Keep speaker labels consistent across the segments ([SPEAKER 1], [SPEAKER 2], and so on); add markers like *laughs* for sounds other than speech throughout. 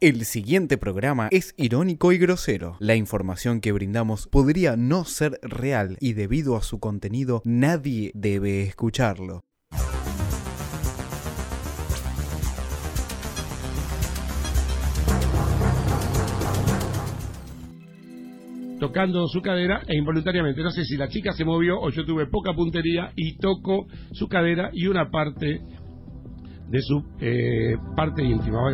[SPEAKER 1] El siguiente programa es irónico y grosero. La información que brindamos podría no ser real y debido a su contenido nadie debe escucharlo.
[SPEAKER 2] tocando su cadera e involuntariamente. No sé si la chica se movió o yo tuve poca puntería y toco su cadera y una parte de su eh, parte íntima.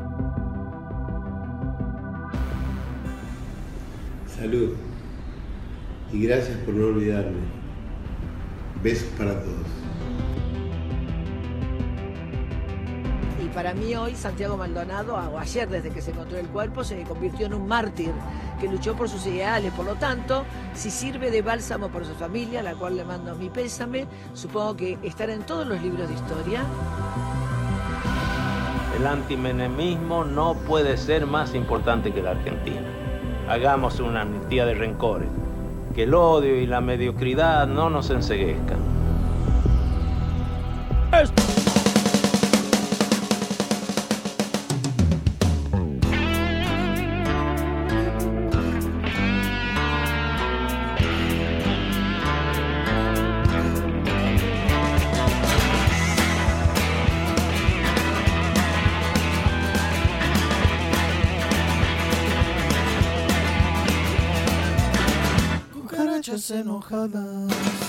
[SPEAKER 3] Salud. Y gracias por no olvidarme. Besos para todos.
[SPEAKER 4] Y para mí hoy Santiago Maldonado, o ayer desde que se encontró el cuerpo, se convirtió en un mártir que luchó por sus ideales. Por lo tanto, si sirve de bálsamo para su familia, a la cual le mando mi pésame, supongo que estará en todos los libros de historia.
[SPEAKER 5] El antimenemismo no puede ser más importante que la Argentina. Hagamos una amnistía de rencores. Que el odio y la mediocridad no nos enseguezcan.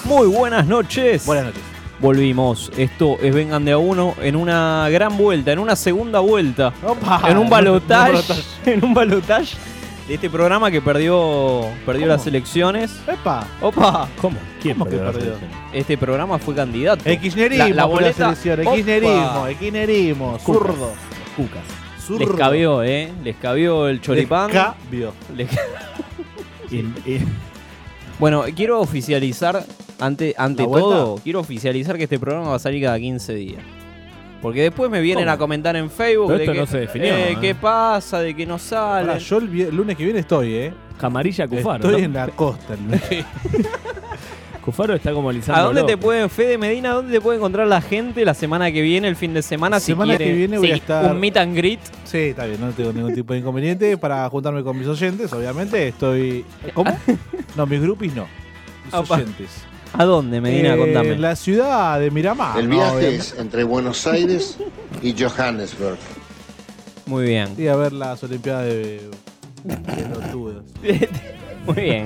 [SPEAKER 6] Muy buenas noches.
[SPEAKER 7] Buenas noches.
[SPEAKER 6] Volvimos. Esto es Vengan de a uno en una gran vuelta, en una segunda vuelta, en un balotaje, *laughs* en un balotaje de este programa que perdió perdió
[SPEAKER 7] ¿Cómo?
[SPEAKER 6] las elecciones.
[SPEAKER 7] ¡Epa!
[SPEAKER 6] Opa,
[SPEAKER 8] ¿Cómo? ¿Quién
[SPEAKER 7] ¿Cómo que
[SPEAKER 8] perdió la
[SPEAKER 7] perdió?
[SPEAKER 8] selección?
[SPEAKER 6] este programa fue candidato.
[SPEAKER 7] El kirchnerismo,
[SPEAKER 6] La- la
[SPEAKER 7] por
[SPEAKER 6] boleta-
[SPEAKER 7] selección, el
[SPEAKER 6] Opa.
[SPEAKER 7] kirchnerismo, el kirchnerismo, zurdo,
[SPEAKER 8] Cucas.
[SPEAKER 6] Les
[SPEAKER 7] zurdo.
[SPEAKER 6] cabió, eh, les cabió el choripán.
[SPEAKER 7] Cambio.
[SPEAKER 6] Les-
[SPEAKER 7] *laughs*
[SPEAKER 8] En- en-
[SPEAKER 6] Bueno, quiero oficializar, ante, ante
[SPEAKER 7] ¿La vuelta?
[SPEAKER 6] todo, quiero oficializar que este programa va a salir cada 15 días. Porque después me vienen a comentar en Facebook
[SPEAKER 8] Pero
[SPEAKER 6] de
[SPEAKER 8] esto
[SPEAKER 6] que,
[SPEAKER 8] no se definió,
[SPEAKER 6] eh,
[SPEAKER 8] ¿eh?
[SPEAKER 6] qué pasa, de que no sale.
[SPEAKER 7] Ahora, yo el, vie- el lunes que viene estoy, ¿eh?
[SPEAKER 8] Camarilla Cufaro.
[SPEAKER 7] estoy
[SPEAKER 8] ¿no?
[SPEAKER 7] en la costa el lunes.
[SPEAKER 8] Cufaro está como Lisandro
[SPEAKER 6] ¿A dónde te
[SPEAKER 8] López.
[SPEAKER 6] pueden, Fede Medina, dónde te puede encontrar la gente la semana que viene, el fin de semana?
[SPEAKER 7] Semana
[SPEAKER 6] si quiere,
[SPEAKER 7] que viene voy
[SPEAKER 6] si-
[SPEAKER 7] a estar-
[SPEAKER 6] Un meet and greet.
[SPEAKER 7] sí, está bien, no tengo ningún tipo de inconveniente. Para juntarme con mis oyentes, obviamente, estoy... ¿Cómo? No, mis grupis no. Mis
[SPEAKER 6] Apa.
[SPEAKER 7] oyentes.
[SPEAKER 6] ¿A dónde, Medina?
[SPEAKER 7] Eh,
[SPEAKER 6] contame.
[SPEAKER 7] La ciudad de Miramar.
[SPEAKER 3] El viaje
[SPEAKER 7] obviamente.
[SPEAKER 3] es entre Buenos Aires y Johannesburg.
[SPEAKER 6] Muy bien.
[SPEAKER 7] Y a ver las Olimpiadas de... pelotudos.
[SPEAKER 6] Muy bien.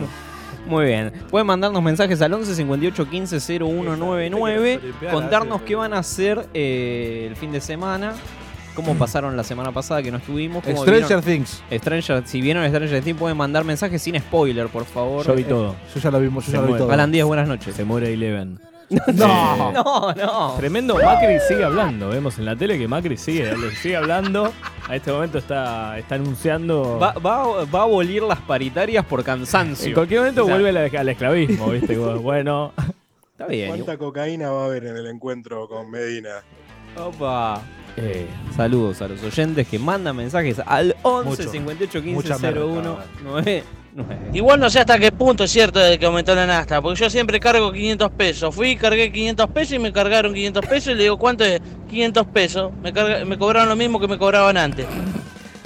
[SPEAKER 6] Muy bien. Pueden mandarnos mensajes al 11 58 15 0199. Contarnos qué van a hacer eh, el fin de semana. Cómo
[SPEAKER 8] Mm.
[SPEAKER 6] pasaron la semana pasada que no estuvimos. cómo
[SPEAKER 7] Stranger
[SPEAKER 6] vieron-
[SPEAKER 7] Things.
[SPEAKER 6] Stranger- si vieron Stranger Things, pueden mandar mensajes sin spoiler, por favor.
[SPEAKER 8] Yo vi todo.
[SPEAKER 7] Yo ya lo vimos, yo
[SPEAKER 8] Se
[SPEAKER 7] ya lo vi
[SPEAKER 8] mueve. eh,
[SPEAKER 7] todo.
[SPEAKER 6] Alan Díaz, buenas noches.
[SPEAKER 8] Se muere Eleven.
[SPEAKER 7] No.
[SPEAKER 6] No, no.
[SPEAKER 8] Tremendo, Macri sigue hablando. Vemos en la tele que Macri sigue, le sigue hablando. A este momento está, está anunciando.
[SPEAKER 6] Va, va- va a abolir las paritarias por cansancio.
[SPEAKER 8] en cualquier momento
[SPEAKER 6] O sea,
[SPEAKER 8] vuelve al, al esclavismo, ¿viste?
[SPEAKER 6] *laughs*
[SPEAKER 8] Como, bueno.
[SPEAKER 6] Está bien.
[SPEAKER 9] ¿Cuánta cocaína va a haber en el encuentro con Medina?
[SPEAKER 6] Opa.
[SPEAKER 8] eh,
[SPEAKER 6] Saludos a los oyentes que mandan mensajes al 11
[SPEAKER 7] Mucho.
[SPEAKER 6] 58 15
[SPEAKER 7] Mucha merca,
[SPEAKER 6] 01 9
[SPEAKER 10] Igual no sé hasta qué punto es cierto de que aumentó la nafta, porque yo siempre cargo 500 pesos. Fui, cargué 500 pesos y me cargaron 500 pesos y le digo, ¿cuánto es? 500 pesos. Me, carga- me cobraron lo mismo que me cobraban antes.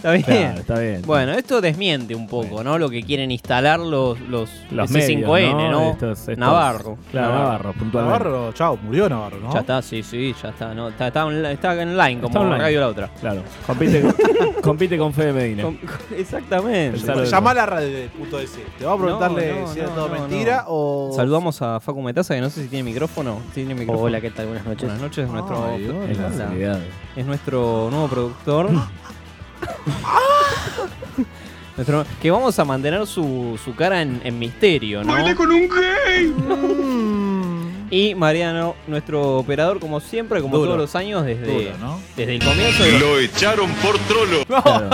[SPEAKER 6] Está bien.
[SPEAKER 8] claro, está bien.
[SPEAKER 6] Bueno, esto desmiente un poco, ¿no? Lo que quieren instalar los, los,
[SPEAKER 8] los
[SPEAKER 6] ese
[SPEAKER 8] medios,
[SPEAKER 6] 5N, ¿no?
[SPEAKER 8] Estos- estos-
[SPEAKER 6] Navarro.
[SPEAKER 8] Claro, Navarro, puntualmente.
[SPEAKER 7] Navarro, chao, murió Navarro, ¿no?
[SPEAKER 6] Ya está, sí, sí, ya está. No, está, está online, está online como
[SPEAKER 8] Está online.
[SPEAKER 6] Radio La Otra.
[SPEAKER 8] Claro. Compite con,
[SPEAKER 6] *laughs*
[SPEAKER 8] compite con Fede Medina.
[SPEAKER 6] Con- con- exactamente.
[SPEAKER 8] Pensalo de-
[SPEAKER 7] Llamá a la radio de punto S. Te va a preguntarle
[SPEAKER 6] No, no,
[SPEAKER 7] si es
[SPEAKER 6] no,
[SPEAKER 7] todo
[SPEAKER 6] no,
[SPEAKER 7] mentira
[SPEAKER 6] no.
[SPEAKER 7] o.
[SPEAKER 6] Saludamos a Facu Metaza, que no sé si tiene micrófono. ¿Tiene micrófono? Hola, ¿qué tal? Buenas noches. Buenas noches, nuestro,
[SPEAKER 7] Ay, hola.
[SPEAKER 6] es-
[SPEAKER 8] En la
[SPEAKER 6] hola. *laughs*
[SPEAKER 8] seriedad.
[SPEAKER 6] es nuestro
[SPEAKER 9] *laughs*
[SPEAKER 6] nuevo productor. Nuestro- que vamos a mantener su, su cara en, en misterio, ¿no?
[SPEAKER 9] con un gay!
[SPEAKER 6] Y Mariano, nuestro operador, como siempre, como
[SPEAKER 7] Mm. Duro.
[SPEAKER 6] todos los años, desde,
[SPEAKER 7] Duro, ¿no?
[SPEAKER 6] desde el comienzo. de los-
[SPEAKER 8] Claro.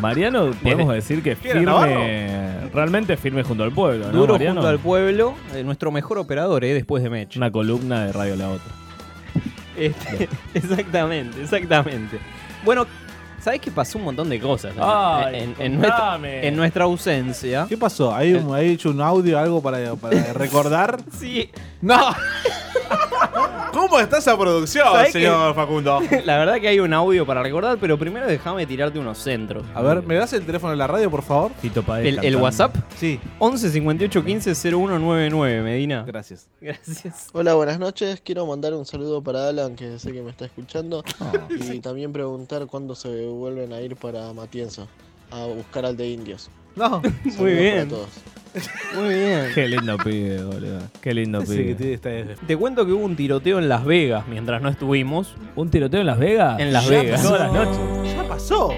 [SPEAKER 8] Mariano, podemos
[SPEAKER 6] Desde-
[SPEAKER 8] decir que
[SPEAKER 7] era,
[SPEAKER 8] firme, realmente firme junto al pueblo. ¿no,
[SPEAKER 6] duro
[SPEAKER 8] Mariano?
[SPEAKER 6] junto al pueblo, eh, nuestro mejor operador, eh, después de Mech.
[SPEAKER 8] Una columna de Radio La Otra.
[SPEAKER 6] Este, *laughs* exactamente, exactamente. Bueno, ¿sabés que pasó un montón de cosas? ¿no?
[SPEAKER 8] Ay,
[SPEAKER 6] en, en nuestra,
[SPEAKER 8] contame.
[SPEAKER 6] en nuestra ausencia.
[SPEAKER 7] ¿Qué pasó? ¿Hay,
[SPEAKER 6] Eh.
[SPEAKER 7] un- hay
[SPEAKER 6] *laughs*
[SPEAKER 7] hecho un audio, algo para, para recordar?
[SPEAKER 6] Sí,
[SPEAKER 7] ¡No! ¿Cómo *laughs* ¿Cómo está esa producción,
[SPEAKER 6] ¿Sabés
[SPEAKER 7] señor Facundo?
[SPEAKER 6] *laughs* La verdad que hay un audio para recordar, pero primero déjame tirarte unos centros.
[SPEAKER 7] A ver, ¿me das el teléfono de la radio, por favor?
[SPEAKER 8] Fito Páez
[SPEAKER 6] ¿El, el
[SPEAKER 8] cantando.
[SPEAKER 6] WhatsApp?
[SPEAKER 7] Sí,
[SPEAKER 6] 11 58 15 0199, Medina.
[SPEAKER 7] gracias.
[SPEAKER 6] Gracias.
[SPEAKER 11] Hola, buenas noches. Quiero mandar un saludo para Alan, que sé que me está escuchando. Y también preguntar cuándo se vuelven a ir para Matienzo a buscar al de indios.
[SPEAKER 7] No,
[SPEAKER 6] Muy
[SPEAKER 11] Saludos
[SPEAKER 6] bien,
[SPEAKER 11] Para todos.
[SPEAKER 6] muy bien.
[SPEAKER 8] Qué lindo pibe, boludo. Qué lindo
[SPEAKER 7] sí, que
[SPEAKER 8] pibe.
[SPEAKER 7] tiene esta es-
[SPEAKER 6] Te cuento que hubo un tiroteo en Las Vegas mientras no estuvimos.
[SPEAKER 8] ¿Un tiroteo en Las Vegas?
[SPEAKER 6] En Las
[SPEAKER 8] Ya
[SPEAKER 6] Vegas.
[SPEAKER 8] Todas las noches.
[SPEAKER 7] Ya pasó.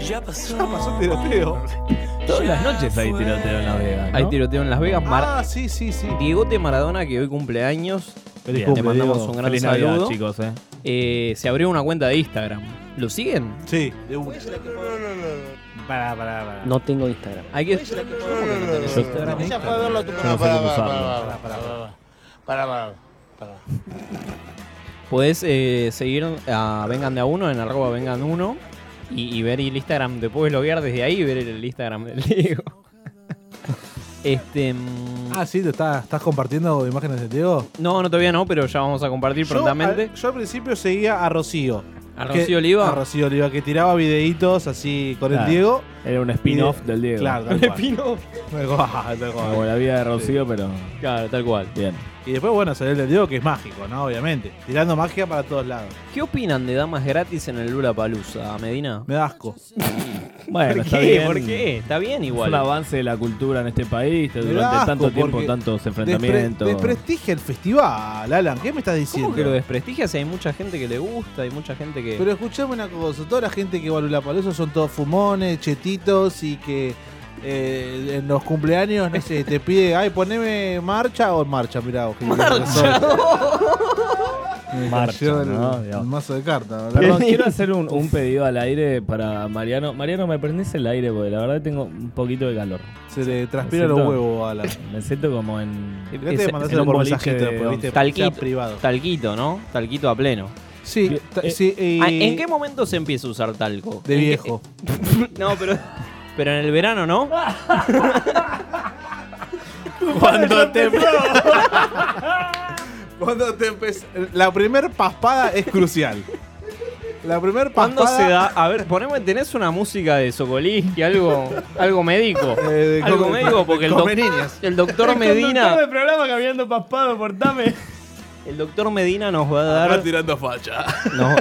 [SPEAKER 9] Ya pasó.
[SPEAKER 7] Ya pasó el tiroteo.
[SPEAKER 8] Todas las noches hay tiroteo en Las Vegas. ¿no?
[SPEAKER 6] Hay tiroteo en Las Vegas. Mar-
[SPEAKER 7] Ah, sí, sí, sí.
[SPEAKER 6] Diegote Maradona, que hoy cumple años,
[SPEAKER 8] Feliz
[SPEAKER 6] Bien,
[SPEAKER 8] cumple,
[SPEAKER 6] te mandamos
[SPEAKER 8] Diego.
[SPEAKER 6] un gran
[SPEAKER 8] Feliz Navidad,
[SPEAKER 6] saludo.
[SPEAKER 8] chicos, eh.
[SPEAKER 6] eh, se abrió una cuenta de Instagram. ¿Lo siguen?
[SPEAKER 7] Sí, de una. Pará, pará, pará.
[SPEAKER 12] No tengo Instagram.
[SPEAKER 6] Hay que...
[SPEAKER 8] Yo- Instagram,
[SPEAKER 11] Ya puedo verlo tú.
[SPEAKER 8] Yo no sé cómo usarlo.
[SPEAKER 7] Pará, pará, pará.
[SPEAKER 11] Para, para, para.
[SPEAKER 6] Podés eh, seguir a Vengan de a uno en arroba vengan uno y, y ver el Instagram, te puedes loguear desde ahí y ver el Instagram del *laughs* Diego. este mm,
[SPEAKER 7] Ah, sí, te estás, estás compartiendo imágenes de Diego.
[SPEAKER 6] no, no todavía no, pero ya vamos a compartir
[SPEAKER 7] Yo
[SPEAKER 6] prontamente.
[SPEAKER 7] al- Yo al principio seguía a Rocío.
[SPEAKER 6] ah, A,
[SPEAKER 7] Que-
[SPEAKER 6] Rocío Oliva.
[SPEAKER 7] A Rocío Oliva, que tiraba videitos así con
[SPEAKER 8] Claro.
[SPEAKER 7] el Diego.
[SPEAKER 8] Era un spin-off del Diego. *laughs* Ah,
[SPEAKER 7] Claro, tal cual. Tal cual, tal cual.
[SPEAKER 8] Como la vida de Rocío, pero
[SPEAKER 6] Claro, tal cual.
[SPEAKER 8] bien.
[SPEAKER 7] Y después, bueno, salió el del Diego, que es mágico, ¿no? Obviamente. Tirando magia para todos lados.
[SPEAKER 6] ¿Qué opinan de damas gratis en el Lula Palusa, Medina?
[SPEAKER 7] Me da asco.
[SPEAKER 8] Bueno,
[SPEAKER 6] ¿Por
[SPEAKER 8] está
[SPEAKER 6] qué?
[SPEAKER 8] bien.
[SPEAKER 6] ¿Por qué? Está bien
[SPEAKER 8] Es
[SPEAKER 6] igual.
[SPEAKER 8] un avance de la cultura en este país.
[SPEAKER 7] Me da
[SPEAKER 8] Durante
[SPEAKER 7] asco
[SPEAKER 8] tanto tiempo,
[SPEAKER 7] porque
[SPEAKER 8] tantos
[SPEAKER 7] Despre-
[SPEAKER 8] enfrentamientos.
[SPEAKER 7] Desprestigia el festival, Alan. ¿Qué me estás diciendo?
[SPEAKER 6] ¿Cómo que lo desprestigias? Hay mucha gente que le gusta, hay mucha gente que.
[SPEAKER 7] Pero escuchame una cosa, toda la gente que va a Lula Palusa son todos fumones, chetitos y que eh, en los cumpleaños, no sé, te pide, ay, poneme marcha o marcha, mirá vos. *laughs* Marcha.
[SPEAKER 8] Marcha, ¿no? Digamos.
[SPEAKER 7] mazo de cartas. ¿verdad?
[SPEAKER 8] Perdón, quiero hacer un, un pedido al aire para Mariano. Mariano, ¿me prendés el aire? Porque la verdad tengo un poquito de calor.
[SPEAKER 7] Se le transpira los
[SPEAKER 8] Siento-
[SPEAKER 7] huevos a la...
[SPEAKER 8] Me siento como en.
[SPEAKER 7] Mirá,
[SPEAKER 8] es-
[SPEAKER 7] te
[SPEAKER 8] en
[SPEAKER 7] mandáselo
[SPEAKER 8] un
[SPEAKER 7] por
[SPEAKER 8] boliche
[SPEAKER 7] mensajito
[SPEAKER 8] de
[SPEAKER 7] después, viste,
[SPEAKER 8] once.
[SPEAKER 6] Talquito.
[SPEAKER 7] sea privado.
[SPEAKER 6] Talquito, ¿no? Talquito a pleno.
[SPEAKER 7] Sí,
[SPEAKER 8] Eh,
[SPEAKER 7] ta-
[SPEAKER 8] eh,
[SPEAKER 7] sí, y-
[SPEAKER 6] Ah, ¿En qué momento se empieza a usar talco?
[SPEAKER 7] De
[SPEAKER 6] ¿En qué-
[SPEAKER 7] viejo.
[SPEAKER 6] *laughs* No, pero. *laughs* Pero en el verano, ¿no?
[SPEAKER 7] Cuando te *laughs* Cuando te empezó. La primer paspada es crucial. La primer paspada.
[SPEAKER 6] ¿Cuándo se
[SPEAKER 7] *laughs*
[SPEAKER 6] da? A ver, poneme, tenés una música de Sokolí,
[SPEAKER 7] *laughs*
[SPEAKER 6] algo, algo médico.
[SPEAKER 7] Eh, de
[SPEAKER 6] algo
[SPEAKER 7] Come-
[SPEAKER 6] médico, porque el, doc-
[SPEAKER 7] Come Niñas.
[SPEAKER 6] el doctor
[SPEAKER 8] Conductor
[SPEAKER 6] Medina.
[SPEAKER 8] del programa cambiando paspado, portame.
[SPEAKER 6] El doctor Medina nos va a dar.
[SPEAKER 7] tirando facha. *laughs*
[SPEAKER 6] Nos,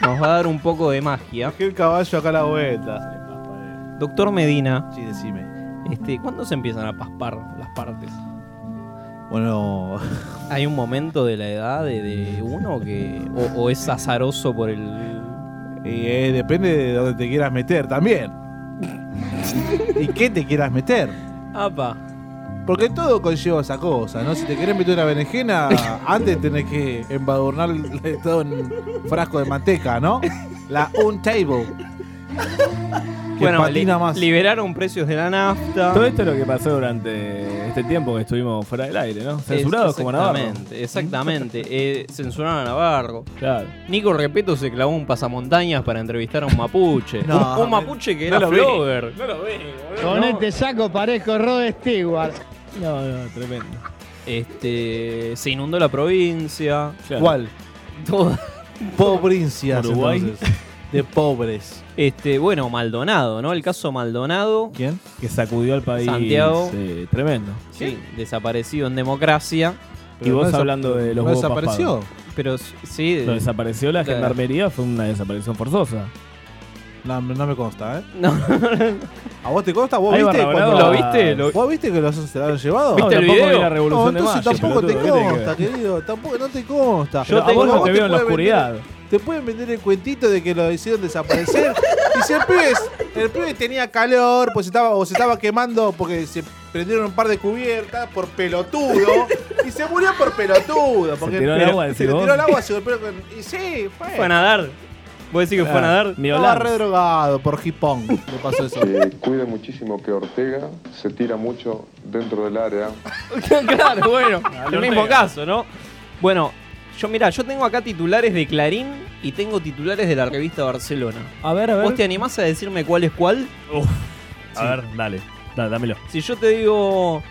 [SPEAKER 6] nos va a dar un poco de magia.
[SPEAKER 7] Dejé el caballo acá a la vuelta.
[SPEAKER 6] Doctor Medina,
[SPEAKER 7] Sí, decime.
[SPEAKER 6] este, ¿cuándo se empiezan a paspar las partes?
[SPEAKER 7] Bueno.
[SPEAKER 6] ¿Hay un momento de la edad de, de uno que. O, o es azaroso por el.
[SPEAKER 7] y, eh, depende de dónde te quieras meter también. ¿Y qué te quieras meter?
[SPEAKER 6] Apa.
[SPEAKER 7] Porque todo conlleva esa cosa, ¿no? Si te querés meter una berenjena, antes tenés que embadurnar todo en frasco de manteca, ¿no? La un table. Que
[SPEAKER 6] bueno,
[SPEAKER 7] patina
[SPEAKER 6] li-
[SPEAKER 7] más.
[SPEAKER 6] liberaron precios de la nafta.
[SPEAKER 8] Todo esto es lo que pasó durante este tiempo que estuvimos fuera del aire, ¿no? Censurados como Navarro. Mm.
[SPEAKER 6] Exactamente, exactamente. Eh, censuraron a Navarro.
[SPEAKER 8] Claro.
[SPEAKER 6] Nico Repeto se clavó un pasamontañas para entrevistar a un mapuche.
[SPEAKER 7] No,
[SPEAKER 6] un, un
[SPEAKER 7] me-
[SPEAKER 6] mapuche que
[SPEAKER 8] no
[SPEAKER 6] era
[SPEAKER 8] lo ve.
[SPEAKER 6] blogger.
[SPEAKER 12] Con este saco parezco Rod Stewart.
[SPEAKER 8] No, no, tremendo.
[SPEAKER 6] Este, se inundó la provincia.
[SPEAKER 8] Claro.
[SPEAKER 7] ¿Cuál?
[SPEAKER 6] Toda-
[SPEAKER 7] Pobrencias,
[SPEAKER 8] Uruguay.
[SPEAKER 7] entonces. De pobres.
[SPEAKER 6] Este, bueno, Maldonado, ¿no? El caso Maldonado.
[SPEAKER 7] ¿Quién?
[SPEAKER 8] Que sacudió al país.
[SPEAKER 6] Santiago.
[SPEAKER 8] Sí, tremendo.
[SPEAKER 6] Sí, desaparecido en democracia.
[SPEAKER 8] Y vos hablando de los
[SPEAKER 7] ¿No
[SPEAKER 8] huevos
[SPEAKER 7] desapareció?
[SPEAKER 8] papados.
[SPEAKER 6] Pero s- sí.
[SPEAKER 8] Lo desapareció la
[SPEAKER 6] Claro.
[SPEAKER 8] gendarmería, fue una desaparición forzosa.
[SPEAKER 7] No, no me consta, ¿eh?
[SPEAKER 6] *laughs* No,
[SPEAKER 7] ¿A vos te consta? ¿Vos
[SPEAKER 8] Ahí
[SPEAKER 7] viste
[SPEAKER 8] Barra
[SPEAKER 7] cuando-
[SPEAKER 8] Brava-
[SPEAKER 6] ¿Lo viste? Lo-
[SPEAKER 7] ¿Vos viste que los se lo han llevado?
[SPEAKER 6] ¿Viste el
[SPEAKER 8] tampoco
[SPEAKER 6] video?
[SPEAKER 8] vi la
[SPEAKER 7] No,
[SPEAKER 8] revolución de
[SPEAKER 7] entonces
[SPEAKER 8] Mayo,
[SPEAKER 7] tampoco te
[SPEAKER 8] pelotudo, ¿qué tiene que
[SPEAKER 7] consta,
[SPEAKER 8] ver?
[SPEAKER 7] querido. Tampoco, no te consta.
[SPEAKER 8] Yo
[SPEAKER 7] A
[SPEAKER 8] te
[SPEAKER 7] vos
[SPEAKER 8] consta,
[SPEAKER 7] no
[SPEAKER 8] te veo en la
[SPEAKER 7] puede
[SPEAKER 8] oscuridad.
[SPEAKER 7] vender- te pueden vender el cuentito de que lo hicieron desaparecer. y si el pibe, es- el pibe tenía calor, pues estaba, o se estaba quemando porque se prendieron un par de cubiertas por pelotudo. y se murió por pelotudo. Porque
[SPEAKER 8] tiró al
[SPEAKER 7] pero-
[SPEAKER 8] agua, decís
[SPEAKER 7] se le
[SPEAKER 8] vos.
[SPEAKER 7] tiró al agua, se golpeó con. Y sí, fue.
[SPEAKER 6] fue a nadar. ¿Vos decís que fue a nadar?
[SPEAKER 8] Ah, Ni
[SPEAKER 7] Estaba
[SPEAKER 8] hablar.
[SPEAKER 7] redrogado por hipón. Le pasó eso.
[SPEAKER 11] Eh,
[SPEAKER 9] cuide muchísimo que Ortega se tira mucho dentro del área.
[SPEAKER 6] claro, *laughs* bueno, el
[SPEAKER 8] Ortega.
[SPEAKER 6] mismo caso, ¿no? Bueno, yo mira, yo tengo acá titulares de Clarín y tengo titulares de la revista Barcelona.
[SPEAKER 8] A ver, a ver.
[SPEAKER 6] ¿Vos te animás a decirme cuál es cuál? *laughs*
[SPEAKER 8] A ver, dale. Dale, dámelo.
[SPEAKER 6] Si yo te digo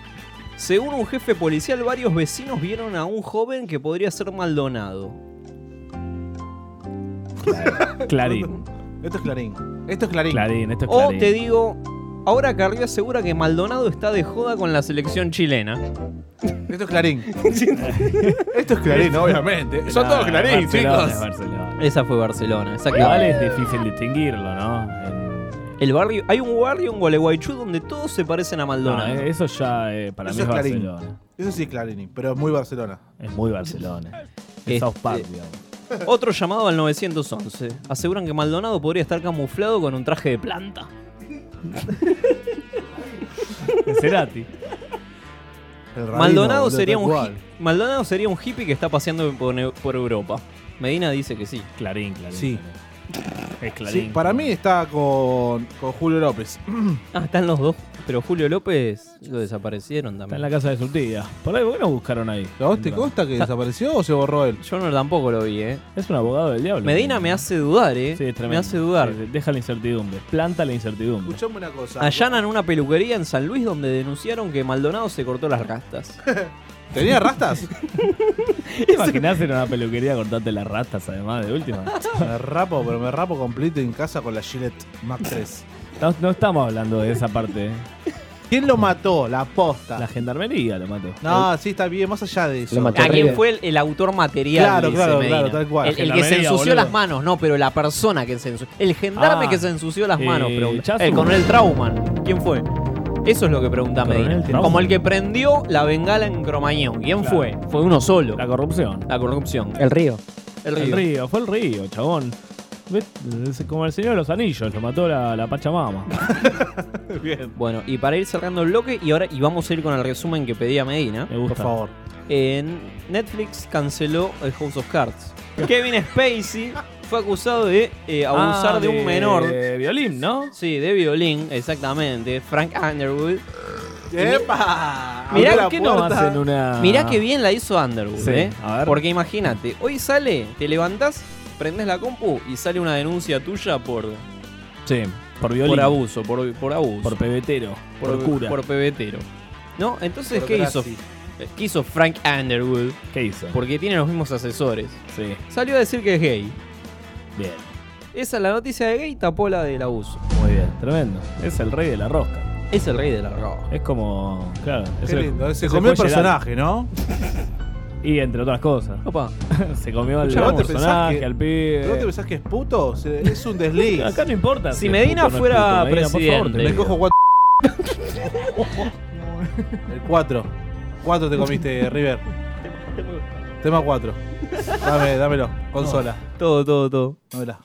[SPEAKER 6] Según un jefe policial, varios vecinos vieron a un joven que podría ser Maldonado.
[SPEAKER 8] Clarín.
[SPEAKER 7] Esto es Clarín. Esto es Clarín.
[SPEAKER 8] Clarín, esto es
[SPEAKER 6] O
[SPEAKER 8] Clarín.
[SPEAKER 6] Oh, te digo, ahora Carrió asegura que Maldonado está de joda con la selección chilena.
[SPEAKER 7] Esto es Clarín. Esto es Clarín, obviamente. Son
[SPEAKER 8] Ah,
[SPEAKER 7] todos Clarín, chicos.
[SPEAKER 6] Esa fue Barcelona. Esa que
[SPEAKER 8] Igual es difícil distinguirlo, ¿no?
[SPEAKER 6] El barrio, hay un barrio en Gualeguaychú donde todos se parecen a Maldonado.
[SPEAKER 8] No, eso ya eh, para
[SPEAKER 7] Eso es Clarín. Eso sí es Clarín, pero es muy Barcelona.
[SPEAKER 8] Es muy Barcelona.
[SPEAKER 6] Este,
[SPEAKER 8] Es South Park, digamos.
[SPEAKER 6] Otro llamado al 911. Aseguran que Maldonado podría estar camuflado con un traje de planta.
[SPEAKER 8] Cerati.
[SPEAKER 6] Maldonado sería, un hi- Maldonado sería un hippie que está paseando por, Ne- por Europa. Medina dice que sí.
[SPEAKER 8] Clarín, clarín.
[SPEAKER 7] Sí.
[SPEAKER 8] Es
[SPEAKER 7] Sí, para mí está con, con Julio López.
[SPEAKER 6] Ah, están los dos. Pero Julio López lo desaparecieron
[SPEAKER 8] Está
[SPEAKER 6] también.
[SPEAKER 8] en la casa de su tía. Por ahí, ¿por qué no buscaron ahí?
[SPEAKER 7] ¿Vos te consta *laughs* que desapareció o se borró él?
[SPEAKER 6] Yo no, tampoco lo vi, ¿eh?
[SPEAKER 8] Es un abogado del diablo.
[SPEAKER 6] Medina me hace dudar, ¿eh?
[SPEAKER 8] Sí, es tremendo.
[SPEAKER 6] Me hace dudar.
[SPEAKER 8] Sí, Deja la incertidumbre. Planta la incertidumbre.
[SPEAKER 7] Escuchame una cosa.
[SPEAKER 6] Allanan una peluquería en San Luis donde denunciaron que Maldonado se cortó las rastas.
[SPEAKER 7] ¿Tenía rastas?
[SPEAKER 6] *laughs*
[SPEAKER 8] ¿Te imaginás en una peluquería cortarte las rastas, además, de última?
[SPEAKER 7] Me rapo, pero me rapo completo en casa con la Gillette Mac 3.
[SPEAKER 8] No, no estamos hablando de esa parte. ¿eh?
[SPEAKER 7] ¿Quién lo mató? La posta.
[SPEAKER 8] La gendarmería lo mató.
[SPEAKER 7] No, sí, está bien, más allá de eso.
[SPEAKER 8] Lo mató
[SPEAKER 6] ¿A quién fue el, el autor material?
[SPEAKER 7] Claro,
[SPEAKER 6] dice
[SPEAKER 7] claro,
[SPEAKER 6] Medina.
[SPEAKER 7] claro, tal
[SPEAKER 6] El,
[SPEAKER 7] cual.
[SPEAKER 6] el que se
[SPEAKER 8] Gendarmería,
[SPEAKER 6] ensució
[SPEAKER 8] boludo.
[SPEAKER 6] las manos, no, pero la persona que se ensució. El gendarme
[SPEAKER 8] Ah,
[SPEAKER 6] que se ensució las
[SPEAKER 8] eh,
[SPEAKER 6] manos, pregunta.
[SPEAKER 8] Chazo.
[SPEAKER 6] El coronel Trauman. ¿Quién fue? Eso es lo que pregunta
[SPEAKER 8] Coronel
[SPEAKER 6] Medina.
[SPEAKER 8] Trauman.
[SPEAKER 6] Como el que prendió la bengala en Cromañón. ¿Quién
[SPEAKER 8] Claro.
[SPEAKER 6] fue? Fue uno solo.
[SPEAKER 8] La corrupción.
[SPEAKER 6] La corrupción.
[SPEAKER 12] El río.
[SPEAKER 6] El
[SPEAKER 8] El
[SPEAKER 6] río.
[SPEAKER 8] río, fue el río, chabón. ¿Ves? Es Como el señor de los anillos, lo mató la, la Pachamama.
[SPEAKER 6] Bueno, y para ir cerrando el bloque, y ahora y vamos a ir con el resumen que pedía Medina.
[SPEAKER 8] Me
[SPEAKER 7] Por
[SPEAKER 8] gusta.
[SPEAKER 7] favor.
[SPEAKER 6] En Netflix canceló el House of
[SPEAKER 8] *laughs*
[SPEAKER 6] Cards. Kevin Spacey fue acusado de eh, abusar
[SPEAKER 8] Ah,
[SPEAKER 6] de un menor.
[SPEAKER 8] De violín, ¿no?
[SPEAKER 6] Sí, de violín, exactamente. Frank Underwood.
[SPEAKER 7] ¡Epa!
[SPEAKER 6] Mirá
[SPEAKER 7] Abrió la
[SPEAKER 8] ¿Qué Ah, no
[SPEAKER 7] puerta.
[SPEAKER 8] hacen una.
[SPEAKER 6] Mirá que bien la hizo Underwood,
[SPEAKER 8] Sí,
[SPEAKER 6] ¿eh?
[SPEAKER 8] a ver.
[SPEAKER 6] Porque imagínate, hoy sale, te levantás, prendés la compu y sale una denuncia tuya por,
[SPEAKER 8] Sí, por violín.
[SPEAKER 6] por abuso, por, por abuso.
[SPEAKER 8] Por pebetero. Por, cura.
[SPEAKER 6] por pebetero. ¿No? Entonces,
[SPEAKER 7] Por
[SPEAKER 6] ¿qué hizo?
[SPEAKER 7] gratis.
[SPEAKER 6] ¿Qué hizo Frank Underwood?
[SPEAKER 8] ¿Qué hizo?
[SPEAKER 6] Porque tiene los mismos asesores.
[SPEAKER 8] Sí,
[SPEAKER 6] Salió a decir que es gay.
[SPEAKER 8] bien.
[SPEAKER 6] Esa es la noticia de gay, tapó la del abuso.
[SPEAKER 8] Muy bien, tremendo. Es el rey de la rosca.
[SPEAKER 6] Es el rey de la roba.
[SPEAKER 8] Es como. Claro. es
[SPEAKER 7] Qué
[SPEAKER 8] el-
[SPEAKER 7] lindo.
[SPEAKER 8] es
[SPEAKER 7] Se comió el
[SPEAKER 8] Fuelle Gerard.
[SPEAKER 7] personaje, ¿no?
[SPEAKER 8] Y entre otras cosas. *laughs*
[SPEAKER 6] Opa.
[SPEAKER 8] Se comió al
[SPEAKER 7] Escuchá, ¿vos te pensás
[SPEAKER 8] personaje,
[SPEAKER 7] que-
[SPEAKER 8] al
[SPEAKER 7] ¿Pero ¿No te
[SPEAKER 8] pibe.
[SPEAKER 7] pensás que es puto? Se- Es un desliz.
[SPEAKER 8] Acá no importa.
[SPEAKER 6] Si
[SPEAKER 8] es
[SPEAKER 6] Medina
[SPEAKER 8] puto o no es
[SPEAKER 6] fuera
[SPEAKER 8] puto. Medina, por favor,
[SPEAKER 6] presidente.
[SPEAKER 8] te
[SPEAKER 7] Me
[SPEAKER 8] pido.
[SPEAKER 7] cojo cuatro. *laughs* El 4. 4 te comiste, River. Tema 4. Dame, dámelo. Consola.
[SPEAKER 6] Todo, todo, todo.
[SPEAKER 7] Dámela.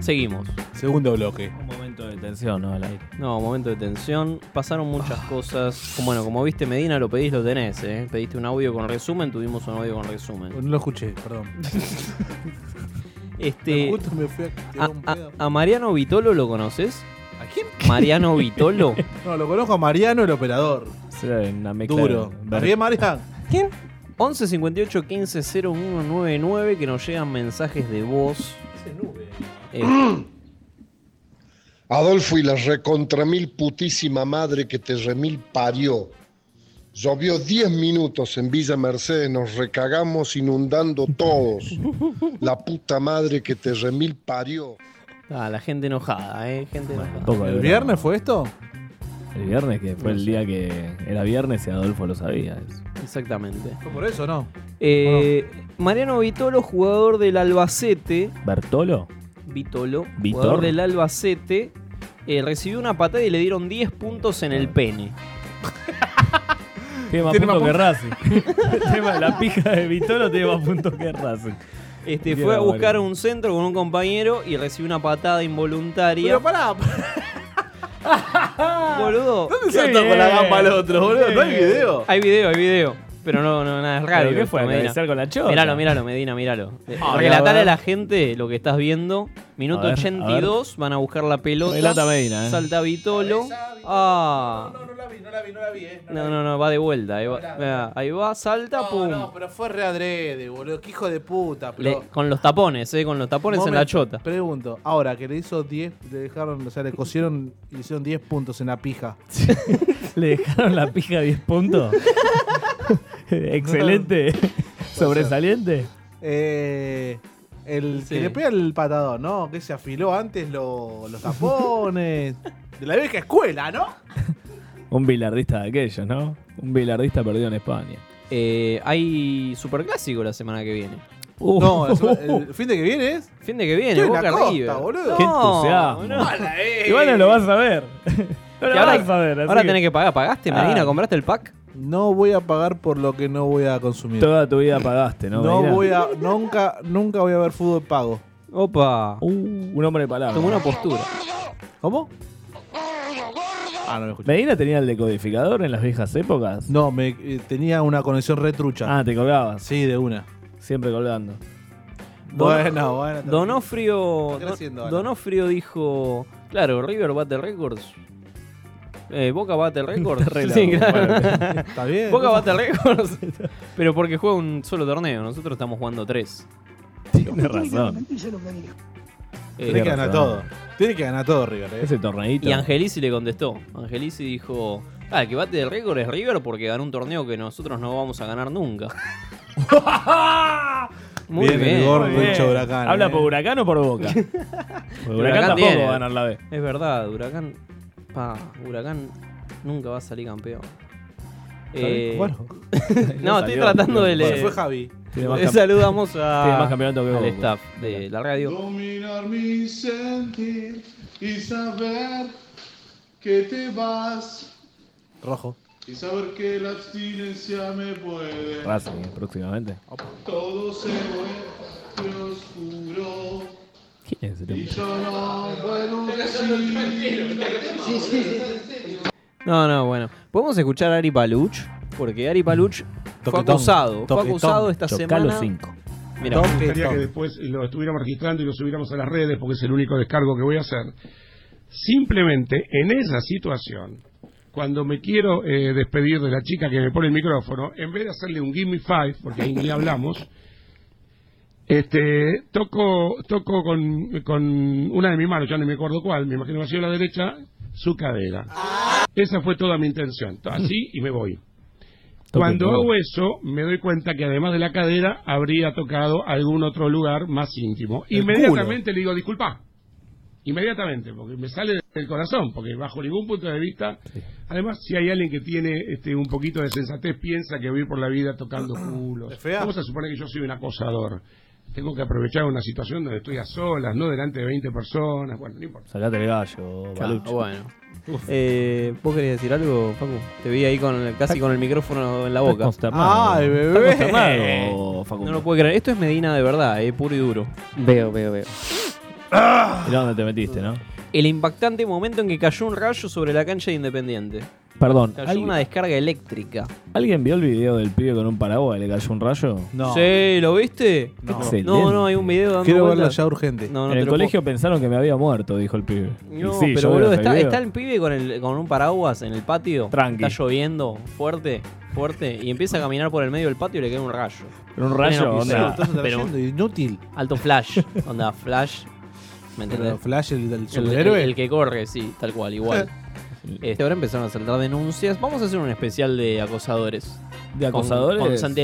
[SPEAKER 6] Seguimos.
[SPEAKER 7] Segundo bloque.
[SPEAKER 8] Un momento de tensión, ¿no? Al aire.
[SPEAKER 6] No, momento de tensión. Pasaron muchas
[SPEAKER 7] Ah.
[SPEAKER 6] cosas. Como- Bueno, como viste, Medina, lo pedís, lo tenés, ¿eh? Pediste un audio con resumen, tuvimos un audio con resumen.
[SPEAKER 7] No lo escuché, perdón.
[SPEAKER 6] Este.
[SPEAKER 7] Justo me fui a tirar
[SPEAKER 6] A,
[SPEAKER 7] un
[SPEAKER 6] a-
[SPEAKER 7] pedo.
[SPEAKER 6] a Mariano Vitolo lo conoces?
[SPEAKER 7] ¿A quién?
[SPEAKER 6] Mariano
[SPEAKER 7] *laughs*
[SPEAKER 6] Vitolo.
[SPEAKER 7] No, lo conozco a Mariano, el operador.
[SPEAKER 8] Será una mezcla.
[SPEAKER 7] Duro.
[SPEAKER 8] de-
[SPEAKER 7] ¿Está bien, Mariano?
[SPEAKER 6] 11 58 15 0199 que nos llegan mensajes de voz. Eh,
[SPEAKER 13] Adolfo y la recontra mil putísima madre que te remil parió. Llovió 10 minutos en Villa Mercedes, nos recagamos inundando todos. La puta madre que te remil parió.
[SPEAKER 6] ah, la gente enojada, ¿eh? Gente
[SPEAKER 8] Bueno, un
[SPEAKER 6] enojada.
[SPEAKER 8] poco de
[SPEAKER 7] ¿El
[SPEAKER 8] broma.
[SPEAKER 7] viernes fue esto?
[SPEAKER 8] El viernes, que fue
[SPEAKER 6] No
[SPEAKER 8] el
[SPEAKER 6] sé.
[SPEAKER 8] día que era viernes y Adolfo lo sabía. eso.
[SPEAKER 6] Exactamente.
[SPEAKER 7] ¿Fue por eso no?
[SPEAKER 6] Eh, Mariano Vitolo, jugador del Albacete.
[SPEAKER 7] *laughs*
[SPEAKER 8] ¿Bertolo?
[SPEAKER 6] Vitolo,
[SPEAKER 8] Vitor.
[SPEAKER 6] jugador del Albacete, eh, recibió una patada y le dieron 10 puntos en
[SPEAKER 8] Ah.
[SPEAKER 6] el pene.
[SPEAKER 8] Tiene más
[SPEAKER 7] Tiene
[SPEAKER 8] puntos
[SPEAKER 7] más
[SPEAKER 8] que Racing. *laughs* El tema de la pija de Vitolo tiene más puntos que Racing.
[SPEAKER 6] Este,
[SPEAKER 8] Bien,
[SPEAKER 6] fue a buscar
[SPEAKER 8] Mariano.
[SPEAKER 6] un centro con un compañero y recibió una patada involuntaria.
[SPEAKER 7] Pero pará, *laughs* pará.
[SPEAKER 6] Boludo,
[SPEAKER 7] ¿dónde
[SPEAKER 8] Qué
[SPEAKER 7] saltó con la
[SPEAKER 8] bien.
[SPEAKER 7] gamba al otro, boludo? ¿No hay
[SPEAKER 8] Qué bien.
[SPEAKER 7] video?
[SPEAKER 6] hay video, hay video. Pero no, no, nada, es
[SPEAKER 8] ¿Pero
[SPEAKER 6] radio.
[SPEAKER 8] qué
[SPEAKER 6] esto,
[SPEAKER 8] fue?
[SPEAKER 6] Medina.
[SPEAKER 8] ¿Analizar con la chota?
[SPEAKER 6] Míralo, míralo, Medina, míralo. Eh,
[SPEAKER 8] Ah,
[SPEAKER 6] Relatale
[SPEAKER 8] mira,
[SPEAKER 6] a la gente lo que estás viendo. Minuto
[SPEAKER 8] A ver, a
[SPEAKER 6] 82, van a buscar la pelota.
[SPEAKER 8] Relata Medina, eh.
[SPEAKER 6] Salta Vitolo. Ah,
[SPEAKER 7] No, no la vi, no la la vi, no la vi, eh.
[SPEAKER 6] No, no, no, va de vuelta. Ahí va, Mirá, ahí va, salta, pum.
[SPEAKER 7] No, pero fue readrede, boludo. Qué hijo de puta. Pero...
[SPEAKER 6] Le- con los tapones, eh, con los tapones en la
[SPEAKER 7] Momento,
[SPEAKER 6] chota.
[SPEAKER 7] Pregunto, ahora que le hizo 10, le dejaron, o sea, le cosieron y le hicieron 10 puntos en la pija.
[SPEAKER 8] *laughs* ¿Le dejaron la pija 10
[SPEAKER 7] *laughs*
[SPEAKER 8] puntos? Excelente. *laughs* Sobresaliente.
[SPEAKER 7] Eh, el
[SPEAKER 8] Sí.
[SPEAKER 7] que le pega el patadón, ¿no? Que se afiló antes lo- los tapones. *laughs* de la vieja escuela, ¿no?
[SPEAKER 8] Un bilardista de aquellos, ¿no? Un bilardista perdido en España.
[SPEAKER 6] Eh, hay superclásico la semana que viene.
[SPEAKER 8] Uh.
[SPEAKER 7] *laughs* No, la semana- el fin de que viene es.
[SPEAKER 6] Fin de que viene,
[SPEAKER 7] Estoy en
[SPEAKER 6] Boca
[SPEAKER 7] la costa,
[SPEAKER 6] River.
[SPEAKER 7] boludo.
[SPEAKER 8] Qué
[SPEAKER 6] No,
[SPEAKER 8] entusiasmo.
[SPEAKER 6] no.
[SPEAKER 7] eh.
[SPEAKER 8] Igual no lo vas a ver. *laughs* No lo
[SPEAKER 6] ahora-
[SPEAKER 8] vas a ver. así
[SPEAKER 6] ahora tenés que pagar. ¿Pagaste, Medina?
[SPEAKER 8] Ah.
[SPEAKER 6] ¿Compraste el pack?
[SPEAKER 7] No voy a pagar por lo que no voy a consumir.
[SPEAKER 8] Toda tu vida pagaste, ¿no?
[SPEAKER 7] No,
[SPEAKER 8] Medina?
[SPEAKER 7] voy a. Nunca, nunca voy a ver fútbol pago.
[SPEAKER 6] Opa.
[SPEAKER 8] Uh, un hombre de palabras.
[SPEAKER 6] Tomó una postura.
[SPEAKER 7] ¿Cómo? Ah, no me escuché.
[SPEAKER 8] ¿Medina tenía el decodificador en las viejas épocas?
[SPEAKER 7] No, me, eh, tenía una conexión retrucha.
[SPEAKER 8] Ah, te colgabas.
[SPEAKER 7] Sí, de una.
[SPEAKER 8] Siempre colgando.
[SPEAKER 7] Bueno, bueno.
[SPEAKER 6] Donofrio,
[SPEAKER 7] Está
[SPEAKER 6] Don-
[SPEAKER 7] creciendo ahora.
[SPEAKER 6] Donofrio dijo, claro, River bate récords. Eh, Boca bate récords.
[SPEAKER 8] Está *laughs* re
[SPEAKER 6] sí,
[SPEAKER 8] largo,
[SPEAKER 6] claro.
[SPEAKER 8] bueno. Está bien.
[SPEAKER 6] Boca bate récords. Pero porque juega un solo torneo, nosotros estamos jugando tres.
[SPEAKER 8] Tiene razón.
[SPEAKER 7] Tiene que ganar todo. Tiene que ganar todo, River. eh.
[SPEAKER 8] Ese torneito.
[SPEAKER 6] Y Angelisi le contestó. Angelisi dijo, ah, el que bate de récord es River porque ganó un torneo que nosotros no vamos a
[SPEAKER 8] *laughs*
[SPEAKER 6] ganar nunca. Muy
[SPEAKER 7] Bien,
[SPEAKER 6] bien.
[SPEAKER 7] el gordo
[SPEAKER 8] Muy bien.
[SPEAKER 7] hincha de Huracán,
[SPEAKER 8] ¿Habla
[SPEAKER 7] eh.
[SPEAKER 8] por Huracán o por
[SPEAKER 7] *laughs*
[SPEAKER 8] Boca? Porque Huracán, tampoco
[SPEAKER 6] tiene.
[SPEAKER 8] va a ganar la B.
[SPEAKER 6] Es verdad, Huracán. Pa, Huracán nunca va a salir campeón. Eh,
[SPEAKER 8] Bueno.
[SPEAKER 6] *laughs* no,
[SPEAKER 8] Ya
[SPEAKER 6] estoy
[SPEAKER 8] salió,
[SPEAKER 6] tratando de
[SPEAKER 8] bueno.
[SPEAKER 6] leer.
[SPEAKER 7] Se fue Javi.
[SPEAKER 8] Tiene más
[SPEAKER 6] Le
[SPEAKER 8] campe-
[SPEAKER 6] saludamos a,
[SPEAKER 8] tiene más campeonato que
[SPEAKER 6] al
[SPEAKER 8] Boca.
[SPEAKER 6] staff de la radio.
[SPEAKER 14] Dominar mi sentir y saber que te vas
[SPEAKER 7] Rojo.
[SPEAKER 14] y saber que la abstinencia me puede.
[SPEAKER 8] Racing, eh, próximamente.
[SPEAKER 14] Todo se vuelve oscuro
[SPEAKER 8] ¿Quién es el
[SPEAKER 14] y
[SPEAKER 8] hombre?
[SPEAKER 14] yo no puedo decir. Sí, sí.
[SPEAKER 6] No, no, bueno. ¿Podemos escuchar a Ari Paluch? Porque Ari Paluch fue
[SPEAKER 2] Toquetón,
[SPEAKER 6] acusado. Fue
[SPEAKER 2] toquetón.
[SPEAKER 6] acusado esta
[SPEAKER 2] Chocá los
[SPEAKER 6] semana.
[SPEAKER 2] cinco.
[SPEAKER 6] Mirá.
[SPEAKER 2] Me gustaría que después lo estuviéramos registrando y lo subiéramos a las redes porque es el único descargo que voy a hacer. Simplemente en esa situación, cuando me quiero eh, despedir de la chica que me pone el micrófono, en vez de hacerle un give me five, porque ahí ni hablamos, este, toco, toco con, con una de mis manos, ya no me acuerdo cuál, me imagino que ha sido la derecha, su cadera. Esa fue toda mi intención. Así y me voy. Cuando
[SPEAKER 8] Toque,
[SPEAKER 2] hago eso, me doy cuenta que además de la cadera, habría tocado algún otro lugar más íntimo.
[SPEAKER 8] El
[SPEAKER 2] Inmediatamente le digo, disculpa. Inmediatamente, porque me sale del corazón, porque bajo ningún punto de vista. Además, si hay alguien que tiene este, un poquito de sensatez, piensa que voy por la vida tocando culos. Vamos a suponer que yo soy un acosador. Tengo que aprovechar una situación donde estoy a solas, no delante de 20 personas. Bueno, no importa.
[SPEAKER 8] Sacate el gallo,
[SPEAKER 6] Claro,
[SPEAKER 8] Baluch.
[SPEAKER 6] bueno. Eh, ¿Vos querés decir algo, Facu? Te vi ahí con el- casi con el micrófono en
[SPEAKER 8] Pues
[SPEAKER 6] la boca.
[SPEAKER 7] Ay, bebé.
[SPEAKER 8] Está consternado, Facundo.
[SPEAKER 6] No lo puedo creer. Esto es Medina de verdad, eh, puro y duro.
[SPEAKER 8] Veo, veo, veo. Mirá dónde te metiste, ¿no?
[SPEAKER 6] El impactante momento en que cayó un rayo sobre la cancha de Independiente.
[SPEAKER 8] Perdón.
[SPEAKER 6] Cayó
[SPEAKER 8] ¿alguien,
[SPEAKER 6] una descarga eléctrica.
[SPEAKER 8] alguien vio el video del pibe con un paraguas y le cayó un rayo?
[SPEAKER 6] Sí, ¿lo viste? No,
[SPEAKER 8] Excelente.
[SPEAKER 6] no, hay un video dando
[SPEAKER 8] Quiero verlo
[SPEAKER 6] vueltas.
[SPEAKER 8] ya
[SPEAKER 7] urgente.
[SPEAKER 6] No, no
[SPEAKER 8] en
[SPEAKER 6] te
[SPEAKER 8] el
[SPEAKER 6] lo
[SPEAKER 8] colegio pensaron que me había muerto, dijo el pibe.
[SPEAKER 6] puedo-
[SPEAKER 8] Y
[SPEAKER 6] No,
[SPEAKER 8] sí, yo
[SPEAKER 6] pero
[SPEAKER 8] veo
[SPEAKER 6] boludo,
[SPEAKER 8] ese
[SPEAKER 6] está,
[SPEAKER 8] video.
[SPEAKER 6] está el pibe con, el, con un paraguas en el patio.
[SPEAKER 8] Tranqui.
[SPEAKER 6] Está lloviendo fuerte, fuerte. Y empieza a caminar por el medio del patio y le cae un rayo.
[SPEAKER 8] Pero un rayo,
[SPEAKER 6] Pleno
[SPEAKER 8] onda.
[SPEAKER 6] piseo,
[SPEAKER 8] Estás
[SPEAKER 6] pero
[SPEAKER 7] atrayendo, inútil.
[SPEAKER 6] Alto flash. Onda, flash. ¿Me entendés?
[SPEAKER 7] Pero Flash, el del
[SPEAKER 6] El,
[SPEAKER 7] superhéroe.
[SPEAKER 6] el- el que corre, sí, tal
[SPEAKER 8] *laughs*
[SPEAKER 6] cual, igual. Este, ahora empezaron a saltar denuncias. Vamos a hacer un especial de acosadores.
[SPEAKER 8] ¿De
[SPEAKER 6] Con-
[SPEAKER 8] acosadores?
[SPEAKER 6] Con, Santi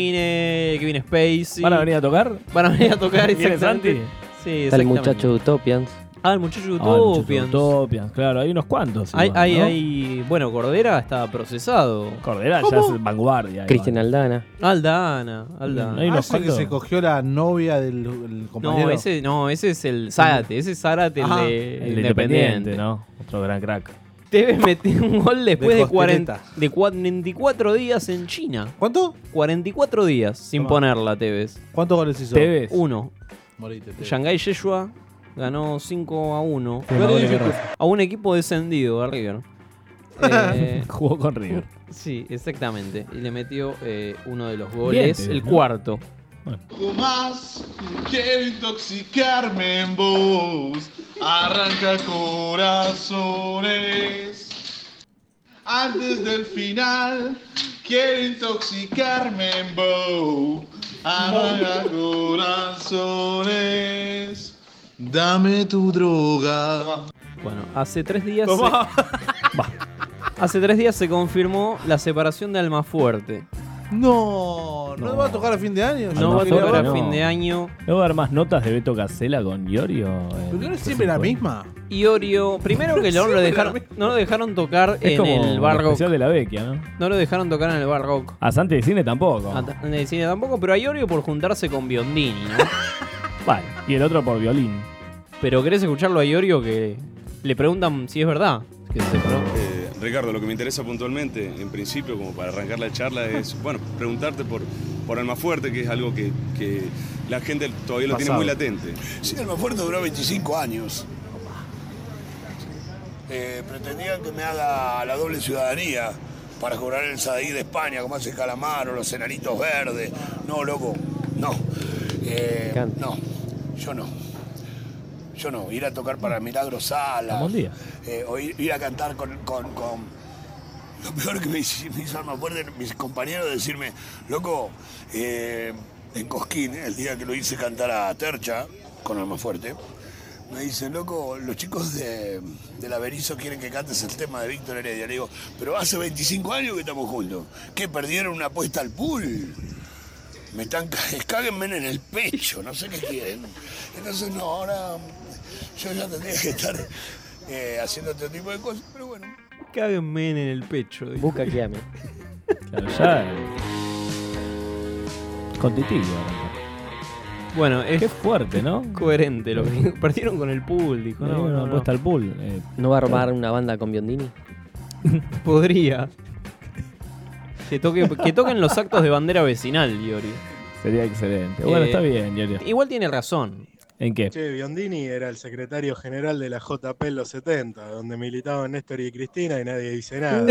[SPEAKER 6] Cine, Kevin Spacey.
[SPEAKER 8] ¿Van a venir a tocar?
[SPEAKER 6] Van a venir a
[SPEAKER 8] *laughs*
[SPEAKER 6] tocar,
[SPEAKER 8] ¿Viene
[SPEAKER 6] exactamente.
[SPEAKER 8] Santi?
[SPEAKER 6] Sí,
[SPEAKER 8] Está
[SPEAKER 6] exactamente.
[SPEAKER 8] el muchacho
[SPEAKER 15] de Utopians.
[SPEAKER 6] Ah, el muchacho
[SPEAKER 8] Ah,
[SPEAKER 6] de
[SPEAKER 8] el muchacho de
[SPEAKER 6] Utopians.
[SPEAKER 8] Utopians, claro, hay unos cuantos.
[SPEAKER 6] Hay,
[SPEAKER 8] igual,
[SPEAKER 6] hay,
[SPEAKER 8] ¿no?
[SPEAKER 6] hay- bueno, Cordera está procesado.
[SPEAKER 8] Cordera ya es vanguardia.
[SPEAKER 15] Cristian Aldana.
[SPEAKER 6] Aldana, Aldana.
[SPEAKER 7] Ah, ese que se cogió la novia del el compañero.
[SPEAKER 6] no, ese, no, ese es el Zárate, ese es Zárate el
[SPEAKER 7] Ajá.
[SPEAKER 6] de
[SPEAKER 8] El de
[SPEAKER 6] Independiente.
[SPEAKER 8] Independiente, ¿no? Otro gran crack.
[SPEAKER 6] Tevez metió un gol después
[SPEAKER 8] De
[SPEAKER 6] de, 40,
[SPEAKER 8] costeleta.
[SPEAKER 6] de 44 días en China.
[SPEAKER 7] ¿Cuánto?
[SPEAKER 6] 44 días sin ponerla, Tevez.
[SPEAKER 7] ¿Cuántos goles hizo?
[SPEAKER 6] Tevez. Uno.
[SPEAKER 7] Morite, Tevez.
[SPEAKER 6] Shanghai Yeshua ganó 5 a 1
[SPEAKER 7] Qué mala guerra.
[SPEAKER 6] a un equipo descendido,
[SPEAKER 8] *laughs*
[SPEAKER 6] a River. Eh,
[SPEAKER 8] Jugó con River.
[SPEAKER 6] Sí, exactamente. Y le metió eh, uno de los goles,
[SPEAKER 8] Tevez,
[SPEAKER 6] el
[SPEAKER 8] ¿no?
[SPEAKER 6] cuarto.
[SPEAKER 14] Poco más, quiero intoxicarme en vos. Arranca corazones. antes del final. Quiero intoxicarme en bow. Amaga corazones. Dame tu droga.
[SPEAKER 6] Bueno, hace tres días. se- *laughs* Va. Hace tres días se confirmó la separación de Almafuerte.
[SPEAKER 7] No, no, va a tocar a fin de año.
[SPEAKER 6] No va a tocar a
[SPEAKER 8] no.
[SPEAKER 6] fin de año.
[SPEAKER 8] ¿No va a haber más notas de Beto Casela con Iorio? eh?
[SPEAKER 7] Pero no
[SPEAKER 6] Pues
[SPEAKER 7] es siempre la misma.
[SPEAKER 6] Iorio, primero que no lo dejaron, no lo dejaron tocar
[SPEAKER 8] Es
[SPEAKER 6] en
[SPEAKER 8] como
[SPEAKER 6] el bar rock.
[SPEAKER 8] especial de la Vecchia, ¿no?
[SPEAKER 6] No lo dejaron tocar en el bar rock.
[SPEAKER 8] A Santi de Cine tampoco.
[SPEAKER 6] A- En el cine tampoco, pero a Iorio por juntarse con Biondini, ¿no? *laughs*
[SPEAKER 8] Vale, y el otro por violín.
[SPEAKER 6] Pero querés escucharlo a Iorio que le preguntan si es verdad. Que se separó.
[SPEAKER 15] Eh, Ricardo, lo que me interesa puntualmente, en principio, como para arrancar la charla, es, bueno, preguntarte por, por Alma Fuerte, que es algo que, que la gente todavía lo tiene
[SPEAKER 16] Pasado.
[SPEAKER 15] muy latente.
[SPEAKER 16] Sí, el Fuerte duró 25 años. Eh, pretendían que me haga la doble ciudadanía para cobrar el Sadaí de España, como hace Calamaro, los enanitos verdes. No, loco, no. Eh, no, yo no. Yo no. Ir a tocar para Milagro Sala.
[SPEAKER 8] Buen día.
[SPEAKER 16] eh, o ir, ir a cantar con, con- con- Lo peor que me hizo, me hizo Alma Fuerte, mis compañeros, decirme, loco, eh, en Cosquín, eh, el día que lo hice cantar a Tercha, con Alma Fuerte, me dice, loco, los chicos de, del Averizo quieren que cantes el tema de Víctor Heredia. Le digo, pero hace 25 años que estamos juntos. ¿Qué, perdieron una apuesta al pool? Me están... ca- *laughs* Cáguenme en el pecho, no sé qué quieren. Entonces, no, ahora yo ya tendría que estar eh, haciendo otro tipo de cosas, pero bueno.
[SPEAKER 6] Cáguenme en el pecho.
[SPEAKER 17] Busca que ame.
[SPEAKER 8] Claro, ya. eh. Con Titi. ahora.
[SPEAKER 6] Bueno, es
[SPEAKER 8] Qué fuerte, ¿no?
[SPEAKER 6] *laughs* coherente lo que *laughs* dijo. Perdieron con el pool, dijo.
[SPEAKER 8] Le
[SPEAKER 6] No,
[SPEAKER 8] dieron
[SPEAKER 6] no,
[SPEAKER 8] una
[SPEAKER 6] no.
[SPEAKER 8] apuesta al pool. eh,
[SPEAKER 17] ¿No va a armar una banda con Biondini?
[SPEAKER 6] Podría. Que, toque- que toquen los actos de bandera vecinal, Iorio.
[SPEAKER 8] Sería excelente. Bueno,
[SPEAKER 6] Eh,
[SPEAKER 8] está bien, Iorio.
[SPEAKER 6] Igual tiene razón. *laughs*
[SPEAKER 8] ¿En qué?
[SPEAKER 11] Che, Biondini era el secretario general de la JP en los 70, donde militaban Néstor y Cristina y nadie dice nada.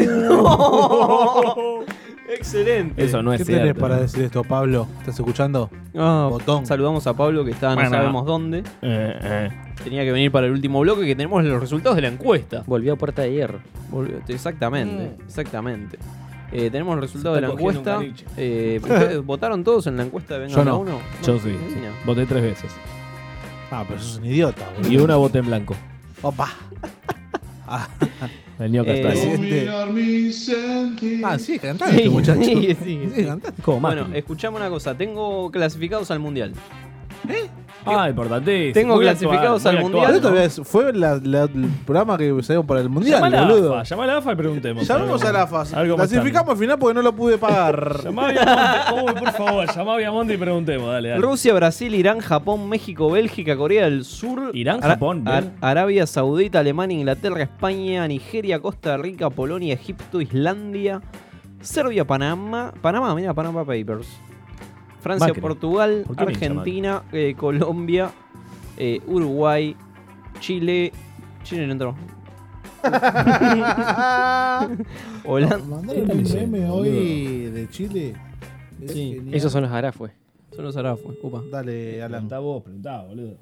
[SPEAKER 6] Excelente.
[SPEAKER 8] Eso no es
[SPEAKER 7] ¿Qué tenés
[SPEAKER 8] cierto, Eh,
[SPEAKER 7] para
[SPEAKER 8] ¿no?
[SPEAKER 7] decir esto, Pablo? ¿Estás escuchando?
[SPEAKER 6] Ah,
[SPEAKER 7] Botón.
[SPEAKER 6] Saludamos a Pablo que está no
[SPEAKER 7] Bueno.
[SPEAKER 6] sabemos dónde.
[SPEAKER 8] eh,
[SPEAKER 6] Tenía que venir para el último bloque que tenemos los resultados de la encuesta.
[SPEAKER 17] Volvió a Puerta de Hierro.
[SPEAKER 6] Volvió- Exactamente, exactamente. Eh, tenemos los resultados de
[SPEAKER 8] Está
[SPEAKER 6] la
[SPEAKER 8] cogiendo
[SPEAKER 6] encuesta.
[SPEAKER 8] un caniche.
[SPEAKER 6] Eh, ¿ustedes *laughs* ¿Votaron todos en la encuesta de Venga
[SPEAKER 8] Yo no.
[SPEAKER 6] Uno?
[SPEAKER 8] Yo sí.
[SPEAKER 6] ni
[SPEAKER 8] sí.
[SPEAKER 6] nada.
[SPEAKER 8] Voté tres veces.
[SPEAKER 7] Ah, pero sos un idiota, boludo.
[SPEAKER 8] Y una voté en blanco.
[SPEAKER 7] Opa.
[SPEAKER 8] El ñoca está
[SPEAKER 6] Eh,
[SPEAKER 8] ahí.
[SPEAKER 7] Este- Ah, sí, cantante,
[SPEAKER 6] Sí,
[SPEAKER 7] muchacho.
[SPEAKER 6] *laughs* sí, sí.
[SPEAKER 7] cantante.
[SPEAKER 8] Como Macri.
[SPEAKER 6] Bueno, escuchame una cosa. Tengo clasificados al mundial.
[SPEAKER 8] Ah, importante.
[SPEAKER 6] Tengo clasificados al Mundial,
[SPEAKER 7] Pero
[SPEAKER 6] ¿no?
[SPEAKER 7] esto Fue la- la- el programa que salieron para el mundial,
[SPEAKER 8] Llamá a la
[SPEAKER 7] boludo.
[SPEAKER 8] AFA, llamá a la AFA y preguntemos.
[SPEAKER 7] Llamamos a la fase.
[SPEAKER 8] A ver cómo están.
[SPEAKER 7] Clasificamos al final porque no lo pude
[SPEAKER 6] *laughs*
[SPEAKER 7] pagar. *laughs*
[SPEAKER 8] Llamá a *laughs* Viamonte, uy, por favor, llamá a Viamonte y preguntemos, dale, dale.
[SPEAKER 6] Rusia, Brasil, Irán, Japón, México, Bélgica, Corea del Sur.
[SPEAKER 8] Irán,
[SPEAKER 6] Ara-
[SPEAKER 8] Japón,
[SPEAKER 6] Ar-
[SPEAKER 8] Bel-
[SPEAKER 6] Arabia Saudita, Alemania, Inglaterra, España, Nigeria, Costa Rica, Polonia, Egipto, Islandia, Serbia, Panamá. Panamá, mira, Panama Papers. Francia,
[SPEAKER 8] Macri.
[SPEAKER 6] Portugal,
[SPEAKER 8] ¿Por qué me hincha
[SPEAKER 6] Argentina, eh, Colombia, eh, Uruguay, Chile. Chile no entró. *laughs*
[SPEAKER 18] *laughs*
[SPEAKER 8] *laughs*
[SPEAKER 6] Holanda.
[SPEAKER 17] Mandaron un meme hoy
[SPEAKER 7] de Chile.
[SPEAKER 17] Esos son los Arafue.
[SPEAKER 6] Son los Arafue. Upa.
[SPEAKER 7] Dale, Alan.
[SPEAKER 8] Preguntá vos, preguntá, boludo.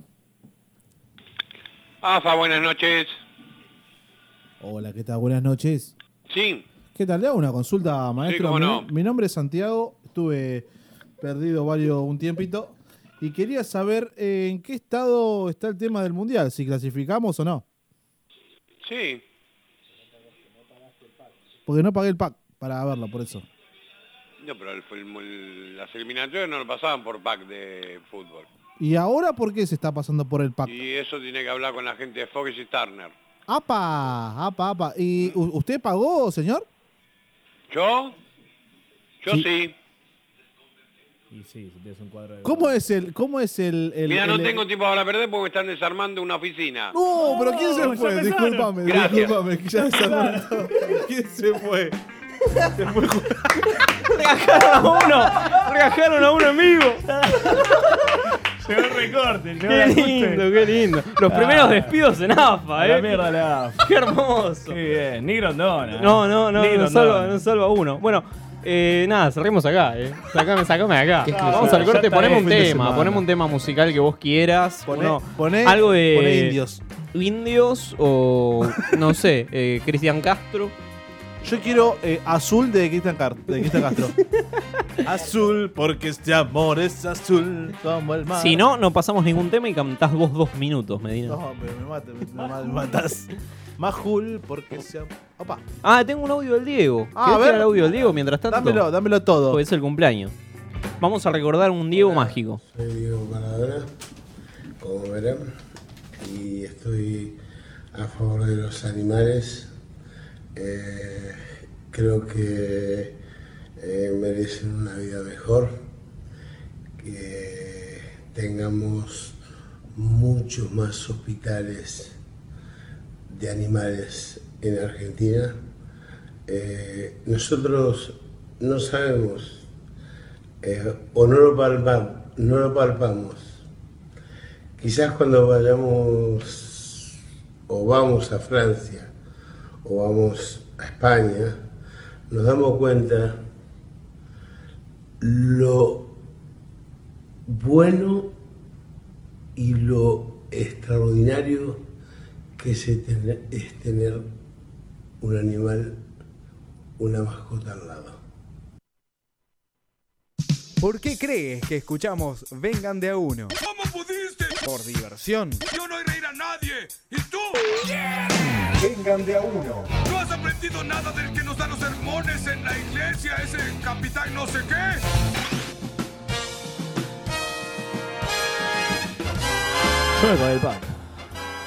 [SPEAKER 19] AFA, buenas noches.
[SPEAKER 18] Hola, ¿qué tal? Buenas noches.
[SPEAKER 19] Sí,
[SPEAKER 18] ¿Qué tal? Le hago una consulta, maestro.
[SPEAKER 19] cómo
[SPEAKER 18] Mi-
[SPEAKER 19] no.
[SPEAKER 18] mi, nombre es Santiago, estuve perdido varios un tiempito y quería saber eh, en qué estado está el tema del mundial, si clasificamos o no,
[SPEAKER 19] sí.
[SPEAKER 18] porque no pagué el pack para verlo, por eso.
[SPEAKER 19] No, pero el- el- las eliminatorias no lo pasaban por pack de fútbol.
[SPEAKER 18] ¿Y ahora por qué se está pasando por el pack?
[SPEAKER 19] Y eso tiene que hablar con la gente de Fox y Turner.
[SPEAKER 18] ¡Apa! ¡Apa, apa! ¿Y u- usted pagó, señor?
[SPEAKER 19] ¿Yo? Yo sí.
[SPEAKER 8] Y sí, si tienes un cuadro de.
[SPEAKER 18] ¿Cómo es el...? ¿Cómo es el...? el-
[SPEAKER 19] Mira, no
[SPEAKER 18] el-
[SPEAKER 19] tengo tiempo para perder porque están desarmando una oficina.
[SPEAKER 18] No, pero ¿quién
[SPEAKER 19] No,
[SPEAKER 18] se
[SPEAKER 19] ya
[SPEAKER 18] fue?
[SPEAKER 19] empezaron.
[SPEAKER 18] Disculpame,
[SPEAKER 19] Gracias.
[SPEAKER 18] disculpame, que ya se *laughs* adelantó.
[SPEAKER 7] ¿Quién se fue?
[SPEAKER 6] Reajaron a *laughs* uno. Reajaron a uno en vivo.
[SPEAKER 8] Llegó el recorte, llegó
[SPEAKER 6] Qué lindo, qué lindo. Los
[SPEAKER 7] Ah.
[SPEAKER 6] primeros despidos en AFA, eh.
[SPEAKER 8] La mierda la AFA.
[SPEAKER 6] Qué hermoso.
[SPEAKER 8] Qué bien. Ni Grondona.
[SPEAKER 6] No, no, no,
[SPEAKER 8] Ni
[SPEAKER 6] no,
[SPEAKER 8] Grondona.
[SPEAKER 6] salva, no salva uno. Bueno, eh, nada, cerremos acá, eh. Sacame, sacame de acá. Vamos al corte, ponemos un tema, ponemos un tema musical que vos quieras.
[SPEAKER 7] Poné-
[SPEAKER 6] uno-
[SPEAKER 7] poné-
[SPEAKER 6] algo de
[SPEAKER 7] poné indios.
[SPEAKER 6] Indios o no sé, eh, Cristian Castro.
[SPEAKER 7] Yo quiero eh, azul de Cristian Car- de
[SPEAKER 18] *laughs*
[SPEAKER 7] Cristian Castro. azul, porque este amor es azul como el mar.
[SPEAKER 6] Si no, no pasamos ningún tema y cantás vos dos minutos, Medina.
[SPEAKER 7] No, me, me mate, me, me ma- me matás. Majul, porque se am- Opa.
[SPEAKER 6] Ah, tengo un audio del Diego.
[SPEAKER 7] Ah,
[SPEAKER 6] Ah,
[SPEAKER 7] a ver.
[SPEAKER 6] el audio del Diego mientras tanto?
[SPEAKER 7] Dámelo, dámelo todo.
[SPEAKER 6] Porque es el cumpleaños. Vamos a recordar un Diego mágico.
[SPEAKER 20] Soy Diego Maradona, como verán, y estoy a favor de los animales. Eh, creo que eh, merecen una vida mejor, que tengamos muchos más hospitales de animales en Argentina. Eh, nosotros no sabemos eh, o no lo, palpa- no lo palpamos. Quizás cuando vayamos o vamos a Francia o vamos a España, nos damos cuenta lo bueno y lo extraordinario que es tener, es tener un animal, una mascota al lado.
[SPEAKER 1] ¿Por qué crees que escuchamos Vengan de a uno?
[SPEAKER 14] ¿Cómo pudiste?
[SPEAKER 1] Por diversión.
[SPEAKER 14] Yo no iré a reír a nadie. ¿Y tú?
[SPEAKER 1] Vengan de a uno.
[SPEAKER 14] ¿No has aprendido nada del que nos da los sermones en la iglesia? Ese capitán no sé qué.
[SPEAKER 8] Yo me pagué el pack.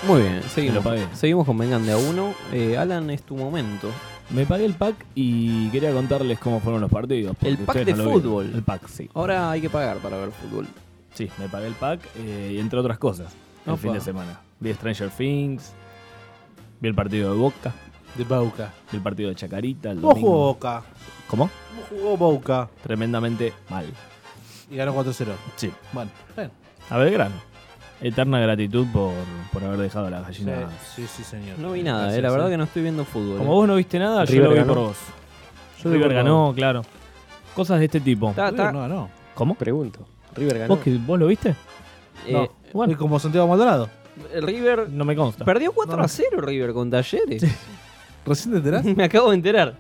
[SPEAKER 6] Muy bien, seguimos.
[SPEAKER 8] Lo pagué.
[SPEAKER 6] Seguimos con Vengan de a uno. Eh, Alan, es tu momento.
[SPEAKER 8] Me pagué el pack y quería contarles cómo fueron los partidos. porque
[SPEAKER 6] El pack
[SPEAKER 8] ustedes
[SPEAKER 6] de
[SPEAKER 8] no lo vieron.
[SPEAKER 6] fútbol.
[SPEAKER 8] El pack, sí.
[SPEAKER 6] Ahora hay que pagar para ver fútbol.
[SPEAKER 8] Sí, me pagué el pack eh, y entre otras cosas. El
[SPEAKER 6] Opa.
[SPEAKER 8] fin de semana. Vi Stranger Things. Vi el partido de Boca. De Boca. Vi el partido de Chacarita. El
[SPEAKER 7] ¿Cómo
[SPEAKER 8] domingo.
[SPEAKER 7] jugó Boca?
[SPEAKER 8] ¿Cómo?
[SPEAKER 7] ¿Cómo jugó Boca?
[SPEAKER 8] Tremendamente mal.
[SPEAKER 7] Y ganó 4-0.
[SPEAKER 8] Sí.
[SPEAKER 7] Bueno, bueno.
[SPEAKER 8] A Belgrano. Eterna gratitud por, por haber dejado a la gallina.
[SPEAKER 7] Sí, sí, señor.
[SPEAKER 6] No vi nada, eh, la verdad que no estoy viendo fútbol.
[SPEAKER 8] Como vos no viste nada, yo
[SPEAKER 6] River
[SPEAKER 8] lo vi
[SPEAKER 6] ganó.
[SPEAKER 8] por vos.
[SPEAKER 6] Yo lo vi
[SPEAKER 8] River
[SPEAKER 6] por
[SPEAKER 8] ganó,
[SPEAKER 6] vos.
[SPEAKER 8] claro. Cosas de este tipo.
[SPEAKER 7] Ah,
[SPEAKER 6] Ta, ta. River no
[SPEAKER 7] ganó.
[SPEAKER 8] ¿Cómo?
[SPEAKER 17] Pregunto. River
[SPEAKER 8] ¿Vos, que- vos lo viste?
[SPEAKER 6] No. Eh,
[SPEAKER 7] Soy como Santiago Maldonado.
[SPEAKER 6] El River.
[SPEAKER 8] No me consta.
[SPEAKER 6] Perdió 4 a 0 River con
[SPEAKER 8] *laughs*
[SPEAKER 6] Talleres.
[SPEAKER 7] ¿Recién te enterás?
[SPEAKER 6] *laughs* Me acabo de enterar.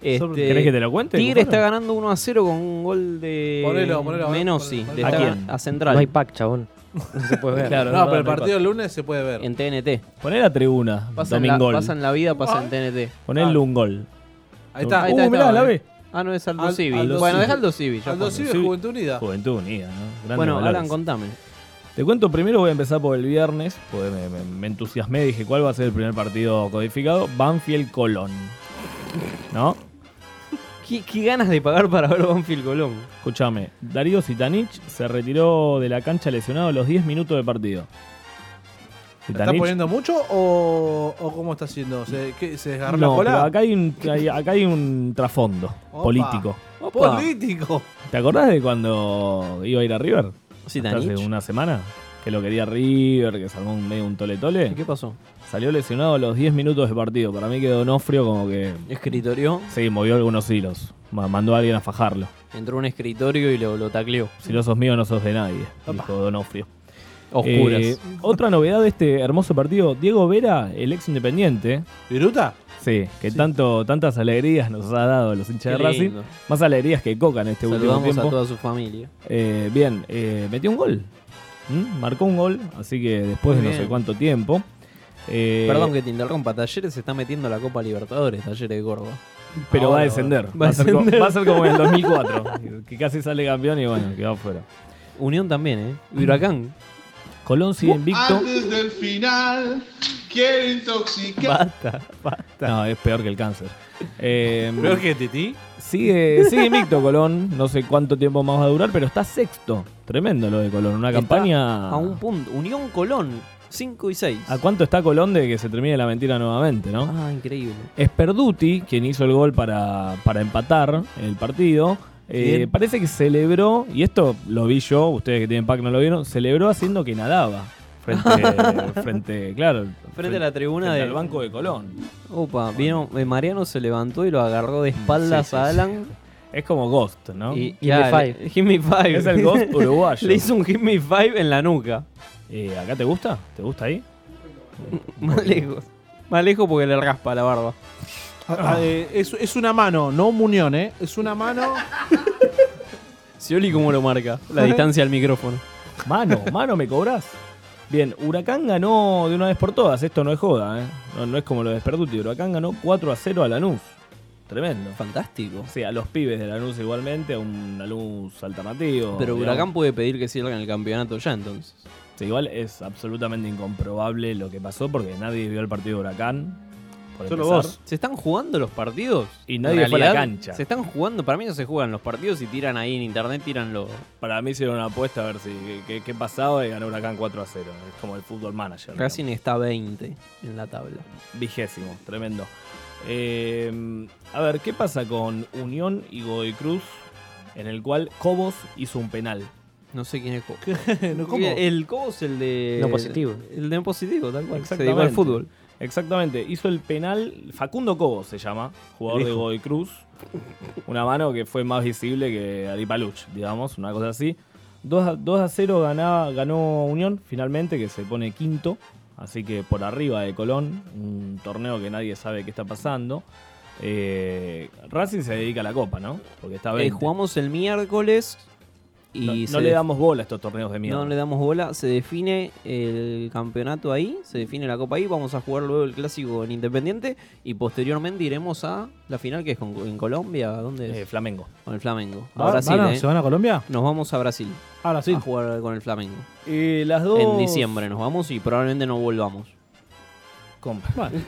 [SPEAKER 6] Este,
[SPEAKER 8] ¿Querés que te lo cuente?
[SPEAKER 6] Tigre
[SPEAKER 8] Bufano?
[SPEAKER 6] está ganando 1 a 0 con un gol de
[SPEAKER 7] Ponelo, ponelo, ponelo,
[SPEAKER 6] Menossi.
[SPEAKER 7] ponelo,
[SPEAKER 6] Le
[SPEAKER 7] ponelo.
[SPEAKER 6] está-
[SPEAKER 7] ¿A quién?
[SPEAKER 6] A Central.
[SPEAKER 17] No hay pack, chabón. No se puede ver.
[SPEAKER 7] no, pero el partido el lunes se puede ver.
[SPEAKER 6] En TNT.
[SPEAKER 8] Poné la tribuna.
[SPEAKER 6] Pasan la,
[SPEAKER 8] Domingol.
[SPEAKER 6] pasan la vida, pasan
[SPEAKER 8] Ah.
[SPEAKER 6] TNT.
[SPEAKER 8] Ponele un gol.
[SPEAKER 7] Ah. Ahí eh. está.
[SPEAKER 8] Uh, mirá, la ve.
[SPEAKER 6] Ah, no, es Aldo
[SPEAKER 7] Al-
[SPEAKER 6] Civi.
[SPEAKER 7] Aldo
[SPEAKER 6] bueno,
[SPEAKER 7] Civi.
[SPEAKER 6] deja Aldo Civi. ya
[SPEAKER 7] Aldo
[SPEAKER 6] fue.
[SPEAKER 7] Civi, Juventud Unida.
[SPEAKER 8] Juventud Unida, ¿no? Grandes
[SPEAKER 6] Bueno,
[SPEAKER 8] valores.
[SPEAKER 6] Alan, contame.
[SPEAKER 8] Te cuento primero, voy a empezar por el viernes, porque me, me- me entusiasmé, dije cuál va a ser el primer partido codificado. Banfield Colón. ¿No?
[SPEAKER 6] ¿Qué, qué ganas de pagar para ver Banfield Colón?
[SPEAKER 8] Escúchame, Darío Sitanich se retiró de la cancha lesionado a los 10 minutos de partido.
[SPEAKER 7] ¿Está
[SPEAKER 8] Sitanich-
[SPEAKER 7] poniendo mucho o, o cómo está haciendo? ¿Se, qué, se desgarró la
[SPEAKER 8] No,
[SPEAKER 7] cola?
[SPEAKER 8] pero acá hay un, hay- acá hay un trasfondo
[SPEAKER 7] Opa.
[SPEAKER 8] político.
[SPEAKER 7] Opa. Político.
[SPEAKER 8] ¿Te acordás de cuando iba a ir a River?
[SPEAKER 6] Sitanich.
[SPEAKER 8] Hace una semana. Que lo quería River, que se armó un, medio un tole-tole.
[SPEAKER 6] ¿Qué pasó?
[SPEAKER 8] Salió lesionado a los 10 minutos de partido. Para mí que Donofrio como que...
[SPEAKER 6] ¿Escritorio?
[SPEAKER 8] Sí, movió algunos hilos. Ma- Mandó a alguien a fajarlo.
[SPEAKER 6] Entró a un escritorio y lo, lo tacleó.
[SPEAKER 8] Si no sos mío, no sos de nadie, dijo Donofrio.
[SPEAKER 6] Oscuras.
[SPEAKER 8] Eh, otra novedad de este hermoso partido, Diego Vera, el ex independiente.
[SPEAKER 7] ¿Viruta?
[SPEAKER 8] Sí, que tanto, tantas alegrías nos ha dado los hinchas de
[SPEAKER 6] Qué
[SPEAKER 8] Racing.
[SPEAKER 6] lindo.
[SPEAKER 8] Más alegrías que Coca en este último
[SPEAKER 6] Saludamos
[SPEAKER 8] tiempo.
[SPEAKER 6] a toda su familia.
[SPEAKER 8] Eh, bien, eh, metió un gol. ¿Mm? Marcó un gol, así que después
[SPEAKER 6] Muy
[SPEAKER 8] de no
[SPEAKER 6] bien.
[SPEAKER 8] sé cuánto tiempo. eh,
[SPEAKER 6] Perdón que te interrumpa. Talleres se está metiendo a la Copa Libertadores, Talleres de Córdoba.
[SPEAKER 8] Pero va
[SPEAKER 6] Ahora,
[SPEAKER 8] a descender.
[SPEAKER 6] ahora.
[SPEAKER 8] Va a, ser co-
[SPEAKER 6] descender.
[SPEAKER 8] va a ser como en el
[SPEAKER 6] *laughs*
[SPEAKER 8] 2004, que casi sale campeón y bueno, quedó afuera.
[SPEAKER 6] Unión también, ¿eh?
[SPEAKER 8] Mm.
[SPEAKER 6] Huracán.
[SPEAKER 8] Colón sigue invicto.
[SPEAKER 14] Antes del final, quiero intoxicar.
[SPEAKER 8] Basta, basta. No, es peor que el cáncer. Eh,
[SPEAKER 7] ¿Peor que Titi?
[SPEAKER 8] Sigue, sigue invicto Colón. No sé cuánto tiempo más va a durar, pero está sexto. Tremendo lo de Colón. Una
[SPEAKER 6] Está
[SPEAKER 8] campaña.
[SPEAKER 6] A un punto. Unión Colón, 5 y 6.
[SPEAKER 8] Ah. ¿A cuánto está Colón de que se termine la mentira nuevamente, no?
[SPEAKER 6] Ah, increíble.
[SPEAKER 8] Es Perduti quien hizo el gol para, para empatar el partido. Eh,
[SPEAKER 6] Bien.
[SPEAKER 8] parece que celebró, y esto lo vi yo, ustedes que tienen pack no lo vieron, celebró haciendo que nadaba.
[SPEAKER 6] *laughs*
[SPEAKER 8] Frente, frente claro.
[SPEAKER 6] Frente a la tribuna
[SPEAKER 8] frente
[SPEAKER 6] del
[SPEAKER 8] al banco de Colón.
[SPEAKER 6] Opa, vino, eh, Mariano se levantó y lo agarró de espaldas
[SPEAKER 8] Sí, sí,
[SPEAKER 6] a
[SPEAKER 8] sí.
[SPEAKER 6] Alan.
[SPEAKER 8] Es como Ghost, ¿no?
[SPEAKER 6] Y, ya, le- *laughs* Hit me five.
[SPEAKER 8] Es el
[SPEAKER 6] *laughs*
[SPEAKER 8] Ghost uruguayo.
[SPEAKER 6] le hizo un hit me five en la nuca.
[SPEAKER 8] Eh, ¿Acá te gusta? ¿Te gusta ahí?
[SPEAKER 6] Más lejos. Más lejos porque le raspa la barba.
[SPEAKER 7] Ah, eh, es, es una mano, no un muñón, ¿eh? Es una mano.
[SPEAKER 6] Scioli, ¿cómo lo marca? La distancia al micrófono.
[SPEAKER 8] Mano, mano, ¿me cobras? Bien, Huracán ganó de una vez por todas. Esto no es joda, ¿eh? No, no es como lo de Sperduti. Huracán ganó 4 a 0 a Lanús. Tremendo.
[SPEAKER 6] Fantástico.
[SPEAKER 8] Sí, a los pibes de Lanús igualmente, a un Lanús alternativo.
[SPEAKER 6] Pero
[SPEAKER 8] digamos.
[SPEAKER 6] Huracán puede pedir que cierren el campeonato ya entonces.
[SPEAKER 8] Sí, igual es absolutamente incomprobable lo que pasó porque nadie vio el partido de Huracán. por
[SPEAKER 6] Solo
[SPEAKER 8] empezar.
[SPEAKER 6] vos. ¿Se están jugando los partidos?
[SPEAKER 8] Y
[SPEAKER 6] En
[SPEAKER 8] nadie fue a la
[SPEAKER 6] realidad,
[SPEAKER 8] cancha.
[SPEAKER 6] Se están jugando, para mí no se juegan los partidos y tiran ahí en internet, tiran los...
[SPEAKER 8] Para mí hicieron una apuesta a ver si qué, qué pasaba y ganó Huracán 4 a 0. Es como el fútbol manager. ¿no?
[SPEAKER 6] Racing está 20 en la tabla.
[SPEAKER 8] Vigésimo, tremendo. Eh, a ver, ¿qué pasa con Unión y Godoy Cruz? En el cual Cobos hizo un penal.
[SPEAKER 6] No sé quién es Cobos.
[SPEAKER 8] *laughs* No, ¿cómo?
[SPEAKER 6] El Cobos es el de...
[SPEAKER 8] No positivo.
[SPEAKER 6] El de no positivo, tal cual. Se
[SPEAKER 8] Exactamente.
[SPEAKER 6] dedicó al fútbol.
[SPEAKER 8] Exactamente, hizo el penal Facundo Cobos se llama, jugador
[SPEAKER 6] El
[SPEAKER 8] de
[SPEAKER 6] hijo.
[SPEAKER 8] Godoy Cruz. Una mano que fue más visible que Adipaluch, digamos, una cosa así. 2 a, 2 a 0 ganaba, ganó Unión finalmente, que se pone quinto. Así que por arriba de Colón, un torneo que nadie sabe qué está pasando. Eh, Racing se dedica a la copa, ¿no? Porque está 20.
[SPEAKER 6] Eh, jugamos el miércoles y
[SPEAKER 8] no
[SPEAKER 6] se
[SPEAKER 8] no le
[SPEAKER 6] def-
[SPEAKER 8] damos bola a estos torneos de mierda.
[SPEAKER 6] No le damos bola, se define el campeonato ahí, se define la copa ahí, vamos a jugar luego el clásico en Independiente y posteriormente iremos a la final que es con- en Colombia, ¿dónde es?
[SPEAKER 8] Eh, Flamengo.
[SPEAKER 6] Con el Flamengo. A
[SPEAKER 8] ¿Va-
[SPEAKER 6] Brasil,
[SPEAKER 8] Ah, van a-
[SPEAKER 6] eh.
[SPEAKER 8] se van a Colombia?
[SPEAKER 6] Nos vamos a Brasil.
[SPEAKER 8] A Brasil.
[SPEAKER 6] A jugar con el Flamengo.
[SPEAKER 8] Eh, las dos-
[SPEAKER 6] En diciembre nos vamos y probablemente no volvamos.
[SPEAKER 8] Como, *laughs*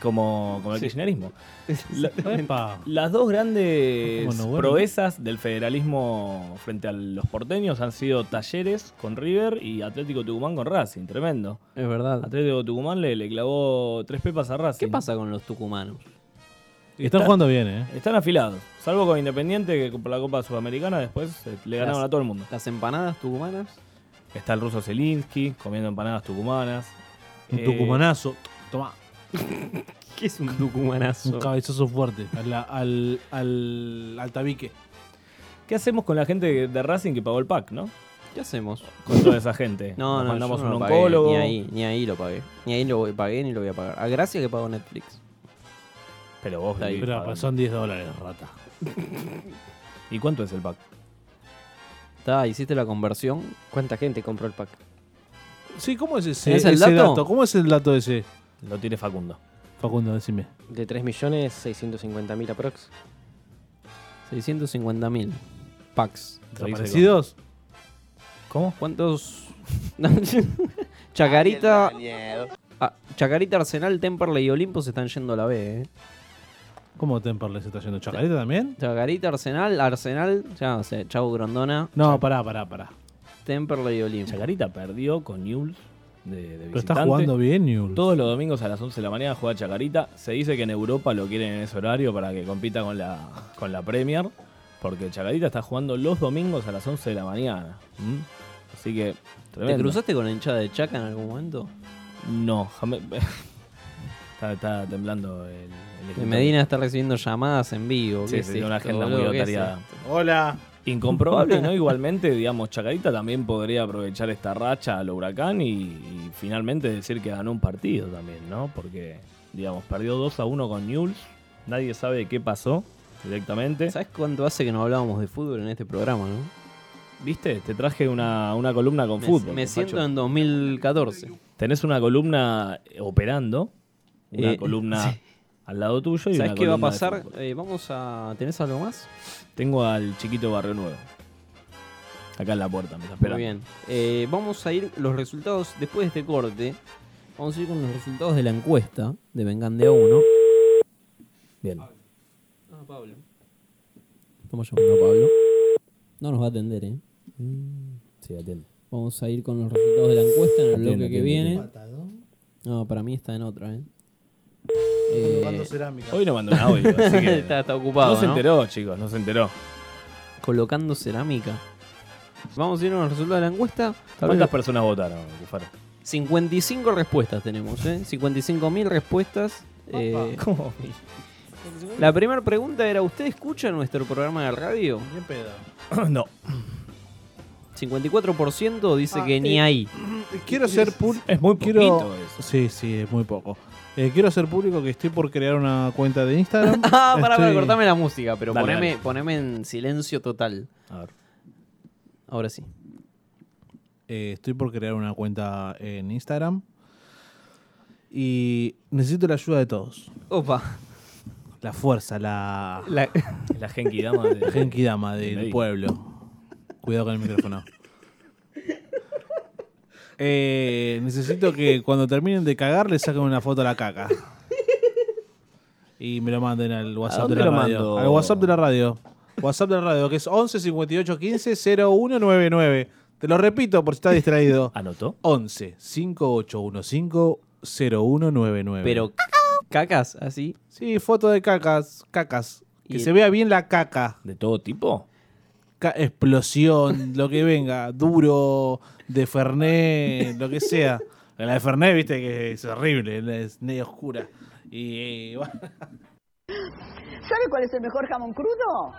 [SPEAKER 8] como, como el
[SPEAKER 6] Sí.
[SPEAKER 8] kirchnerismo. La-
[SPEAKER 6] Exactamente.
[SPEAKER 8] Epa. las dos grandes
[SPEAKER 6] Bueno, bueno.
[SPEAKER 8] proezas del federalismo frente a los porteños han sido Talleres con River y Atlético Tucumán con Racing. Tremendo.
[SPEAKER 6] Es verdad.
[SPEAKER 8] Atlético Tucumán le, le clavó tres pepas a Racing. ¿Qué
[SPEAKER 6] pasa con los tucumanos?
[SPEAKER 8] Están
[SPEAKER 18] jugando bien, ¿eh?
[SPEAKER 8] Están afilados. Salvo con Independiente, que por la Copa Sudamericana después eh, le ganaron
[SPEAKER 6] Las-
[SPEAKER 8] a todo el mundo.
[SPEAKER 6] Las empanadas tucumanas.
[SPEAKER 8] Está el ruso Zelinsky comiendo empanadas tucumanas.
[SPEAKER 18] Un
[SPEAKER 8] Eh,
[SPEAKER 18] tucumanazo. Toma.
[SPEAKER 6] ¿Qué es un tucumanazo?
[SPEAKER 18] Un cabezazo fuerte. a la- *laughs* Al, al, al tabique.
[SPEAKER 8] ¿Qué hacemos con la gente de Racing que pagó el pack, no?
[SPEAKER 6] ¿Qué hacemos?
[SPEAKER 8] Con toda esa gente.
[SPEAKER 6] No,
[SPEAKER 8] Nos
[SPEAKER 6] no,
[SPEAKER 8] mandamos
[SPEAKER 6] yo no
[SPEAKER 8] un
[SPEAKER 6] lo pagué,
[SPEAKER 8] oncólogo.
[SPEAKER 6] ni ahí, ni ahí lo pagué. Ni ahí lo voy- pagué ni lo voy a pagar. A gracia que pago Netflix.
[SPEAKER 8] Pero vos
[SPEAKER 6] Está ahí.
[SPEAKER 8] vivís pagando.
[SPEAKER 18] Son 10 dólares, rata.
[SPEAKER 8] ¿Y cuánto es el pack?
[SPEAKER 6] Está, hiciste la conversión. ¿Cuánta gente compró el pack?
[SPEAKER 18] Sí, ¿cómo es ese,
[SPEAKER 6] ¿Tenés el
[SPEAKER 18] ese
[SPEAKER 6] dato?
[SPEAKER 18] ¿Cómo es el dato ese?
[SPEAKER 8] Lo tiene Facundo.
[SPEAKER 18] Facundo, decime.
[SPEAKER 17] De 3.650.000 aprox.
[SPEAKER 6] 650.000 packs.
[SPEAKER 17] ¿Desaparecidos?
[SPEAKER 8] ¿Cómo?
[SPEAKER 6] ¿Cuántos? *laughs* Chacarita. Ah, Chacarita, Arsenal, Temperley y Olimpo se están yendo a la B, eh.
[SPEAKER 18] ¿Cómo Temperley se está yendo? ¿Chacarita también?
[SPEAKER 6] Chacarita, Arsenal, Arsenal, ya no sé, Chau Grondona,
[SPEAKER 18] No, pará, pará, pará.
[SPEAKER 6] Temperley y Olimpo.
[SPEAKER 8] Chacarita perdió con Newell's de, de
[SPEAKER 18] Pero está
[SPEAKER 8] visitante.
[SPEAKER 18] jugando bien, Newell's.
[SPEAKER 8] Todos los domingos a las 11 de la mañana juega Chacarita. Se dice que en Europa lo quieren en ese horario para que compita con la, con la Premier. Porque Chacarita está jugando los domingos a las 11 de la mañana. ¿Mm? Así que, tremendo.
[SPEAKER 6] ¿Te cruzaste con la hinchada de Chaca en algún momento?
[SPEAKER 8] No, jamás- *laughs* está, está temblando el, el
[SPEAKER 6] De
[SPEAKER 8] escritorio.
[SPEAKER 6] Medina está recibiendo llamadas en vivo.
[SPEAKER 8] Sí,
[SPEAKER 6] ¿qué
[SPEAKER 8] sí,
[SPEAKER 6] es
[SPEAKER 8] tiene una
[SPEAKER 6] esto,
[SPEAKER 8] agenda
[SPEAKER 6] boludo?
[SPEAKER 8] muy
[SPEAKER 6] ¿Qué es
[SPEAKER 8] atareada.
[SPEAKER 6] esto?
[SPEAKER 18] Hola.
[SPEAKER 8] Incomprobable,
[SPEAKER 6] *laughs*
[SPEAKER 8] ¿no? Igualmente, digamos, Chacarita también podría aprovechar esta racha al huracán y, y finalmente decir que ganó un partido también, ¿no? Porque, digamos, perdió 2 a 1 con Newell's. Nadie sabe qué pasó directamente.
[SPEAKER 6] ¿Sabes cuánto hace que no hablábamos de fútbol en este programa, no?
[SPEAKER 8] ¿Viste? Te traje una, una columna con
[SPEAKER 6] Me-
[SPEAKER 8] fútbol.
[SPEAKER 6] me
[SPEAKER 8] Pacho.
[SPEAKER 6] siento en 2014.
[SPEAKER 8] Tenés una columna eh, operando, una
[SPEAKER 6] Eh,
[SPEAKER 8] columna
[SPEAKER 6] sí.
[SPEAKER 8] al lado tuyo y
[SPEAKER 6] ¿Sabes
[SPEAKER 8] una
[SPEAKER 6] qué va
[SPEAKER 8] columna
[SPEAKER 6] a
[SPEAKER 8] de
[SPEAKER 6] pasar?
[SPEAKER 8] fútbol.
[SPEAKER 6] Eh, vamos a. ¿Tenés algo más?
[SPEAKER 8] Tengo al chiquito Barrio Nuevo. Acá en la puerta, me está esperando.
[SPEAKER 6] Muy bien. Eh, vamos a ir los resultados después de este corte. Vamos a ir con los resultados de la encuesta de Vengande a 1.
[SPEAKER 8] Bien.
[SPEAKER 6] Ah, Pablo. Estamos llamando a Pablo. No nos va a atender, ¿eh?
[SPEAKER 8] Sí, atiende.
[SPEAKER 6] Vamos a ir con los resultados de la encuesta en el
[SPEAKER 8] Atiende,
[SPEAKER 6] bloque que
[SPEAKER 8] atiende,
[SPEAKER 6] viene.
[SPEAKER 8] atiende.
[SPEAKER 6] No, para mí está en otra, ¿eh?
[SPEAKER 18] mandó cerámica.
[SPEAKER 8] Hoy no mandó un audio,
[SPEAKER 6] *laughs*
[SPEAKER 21] *laughs*
[SPEAKER 8] así que-
[SPEAKER 6] está, está ocupado.
[SPEAKER 8] No se enteró, chicos, no se enteró.
[SPEAKER 6] Colocando cerámica. Vamos a ir con los resultados de la encuesta.
[SPEAKER 8] ¿Cuántas personas votaron, Cufaro?
[SPEAKER 6] 55 respuestas tenemos, ¿eh? 55.000 respuestas. *laughs* eh, La primera pregunta era, ¿usted escucha nuestro programa de radio?
[SPEAKER 18] Bien pedo.
[SPEAKER 8] no.
[SPEAKER 6] 54% dice
[SPEAKER 7] Ah,
[SPEAKER 6] que ni
[SPEAKER 7] eh,
[SPEAKER 6] ahí.
[SPEAKER 7] Quiero ser público.
[SPEAKER 8] Es muy
[SPEAKER 6] poquito
[SPEAKER 7] Sí, sí, es muy poco. Eh, quiero ser público que estoy por crear una cuenta de Instagram.
[SPEAKER 6] *laughs* *laughs* Ah, pará, pará,
[SPEAKER 7] Estoy-
[SPEAKER 6] cortame la música, pero
[SPEAKER 7] Dale,
[SPEAKER 6] poneme,
[SPEAKER 7] dale.
[SPEAKER 6] poneme en silencio total. A ver. Ahora sí.
[SPEAKER 7] Eh, estoy por crear una cuenta en Instagram. Y necesito la ayuda de todos.
[SPEAKER 6] Opa.
[SPEAKER 7] La fuerza, la.
[SPEAKER 6] *laughs* La,
[SPEAKER 8] la Genkidama de-
[SPEAKER 7] Genkidama
[SPEAKER 8] de
[SPEAKER 7] del
[SPEAKER 8] México.
[SPEAKER 7] pueblo. Cuidado con el micrófono. Eh, necesito que cuando terminen de cagar le saquen una foto a la caca. Y me lo manden al WhatsApp
[SPEAKER 8] dónde
[SPEAKER 7] de la
[SPEAKER 8] lo
[SPEAKER 7] radio.
[SPEAKER 8] mando?
[SPEAKER 7] Al WhatsApp de la radio. WhatsApp de la radio, que es 11 58 15 0199. Te lo repito por si estás distraído.
[SPEAKER 8] ¿Anotó?
[SPEAKER 7] 11 5815 0199.
[SPEAKER 6] Pero cacas, así.
[SPEAKER 7] Sí, foto de cacas, cacas.
[SPEAKER 6] Y-
[SPEAKER 7] Que se vea bien la caca.
[SPEAKER 8] ¿De todo tipo?
[SPEAKER 7] explosión, *laughs* lo que venga. Duro, de Fernet, lo que sea. La de Fernet, viste, que es horrible, la es medio oscura. Y, eh, *laughs* bueno.
[SPEAKER 22] ¿Sabe cuál es el mejor jamón crudo?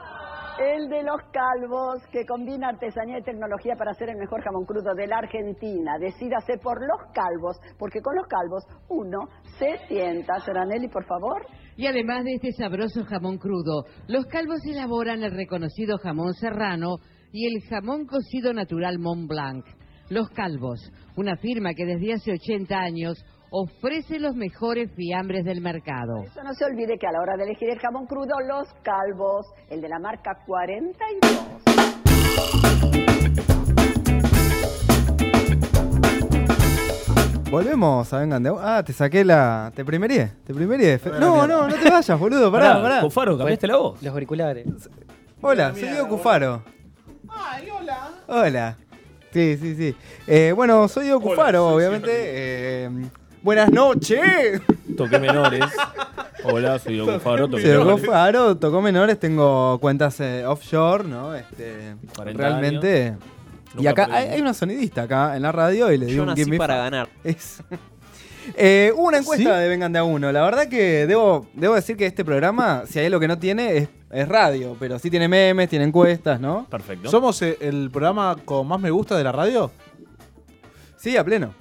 [SPEAKER 22] El de los calvos, que combina artesanía y tecnología para hacer el mejor jamón crudo de la Argentina. Decídase por los calvos, porque con los calvos uno se sienta. Soranelli, por favor.
[SPEAKER 23] Y además de este sabroso jamón crudo, los calvos elaboran el reconocido jamón serrano y el jamón cocido natural Mont Blanc. Los Calvos, una firma que desde hace 80 años ofrece los mejores fiambres del mercado.
[SPEAKER 22] Eso no se olvide que a la hora de elegir el jamón crudo, los calvos, el de la marca 42.
[SPEAKER 21] Volvemos a Vengan de a- Ah, te saqué la. Te primerí, te primerí. Fe- No, no, no te vayas, boludo, pará, pará.
[SPEAKER 8] Cufaro, ¿cambiaste la voz?
[SPEAKER 24] Los auriculares.
[SPEAKER 21] Hola, soy Diego Cufaro. Ay, hola. Hola. Sí, sí, sí. Eh, bueno, soy Diego Cufaro, obviamente. Eh, buenas
[SPEAKER 6] *laughs*
[SPEAKER 21] noches. *laughs*
[SPEAKER 8] Toqué menores. Hola, soy Diego Faro, toqué
[SPEAKER 21] Soy Diego
[SPEAKER 8] menores.
[SPEAKER 21] Cufaro, tocó menores, tengo cuentas eh, offshore, ¿no? Este,
[SPEAKER 8] 40
[SPEAKER 21] realmente.
[SPEAKER 8] años.
[SPEAKER 21] Y
[SPEAKER 8] Nunca
[SPEAKER 21] acá hay,
[SPEAKER 8] aprendí.
[SPEAKER 21] hay una sonidista acá en la radio y le
[SPEAKER 6] Yo
[SPEAKER 21] digo
[SPEAKER 6] nací para
[SPEAKER 21] *laughs*
[SPEAKER 6] ganar.
[SPEAKER 21] Eh, hubo una encuesta de Vengan de a uno. La verdad que debo, debo decir que este programa, si hay lo que no tiene, es, es radio, pero sí tiene memes, tiene encuestas, ¿no?
[SPEAKER 8] Perfecto.
[SPEAKER 21] ¿Somos
[SPEAKER 7] eh,
[SPEAKER 21] el programa con más me gusta de la radio? Sí, a pleno.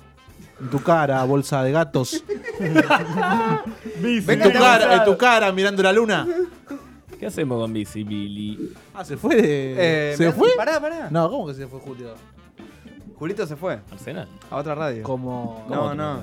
[SPEAKER 7] En tu cara, bolsa de *laughs* gatos. en, tu
[SPEAKER 21] Vengan
[SPEAKER 7] cara, en
[SPEAKER 21] abusados.
[SPEAKER 7] tu cara, mirando la luna.
[SPEAKER 8] ¿Qué hacemos con Bici, Billy?
[SPEAKER 7] Ah, se fue. de-
[SPEAKER 21] Eh,
[SPEAKER 7] ¿Se
[SPEAKER 21] me-
[SPEAKER 7] fue?
[SPEAKER 21] pará, pará.
[SPEAKER 7] No, ¿cómo que se fue Julio?
[SPEAKER 21] Julito se fue.
[SPEAKER 8] Arsenal.
[SPEAKER 21] A otra radio.
[SPEAKER 7] Como. ¿Cómo
[SPEAKER 21] No,
[SPEAKER 7] otra
[SPEAKER 21] no.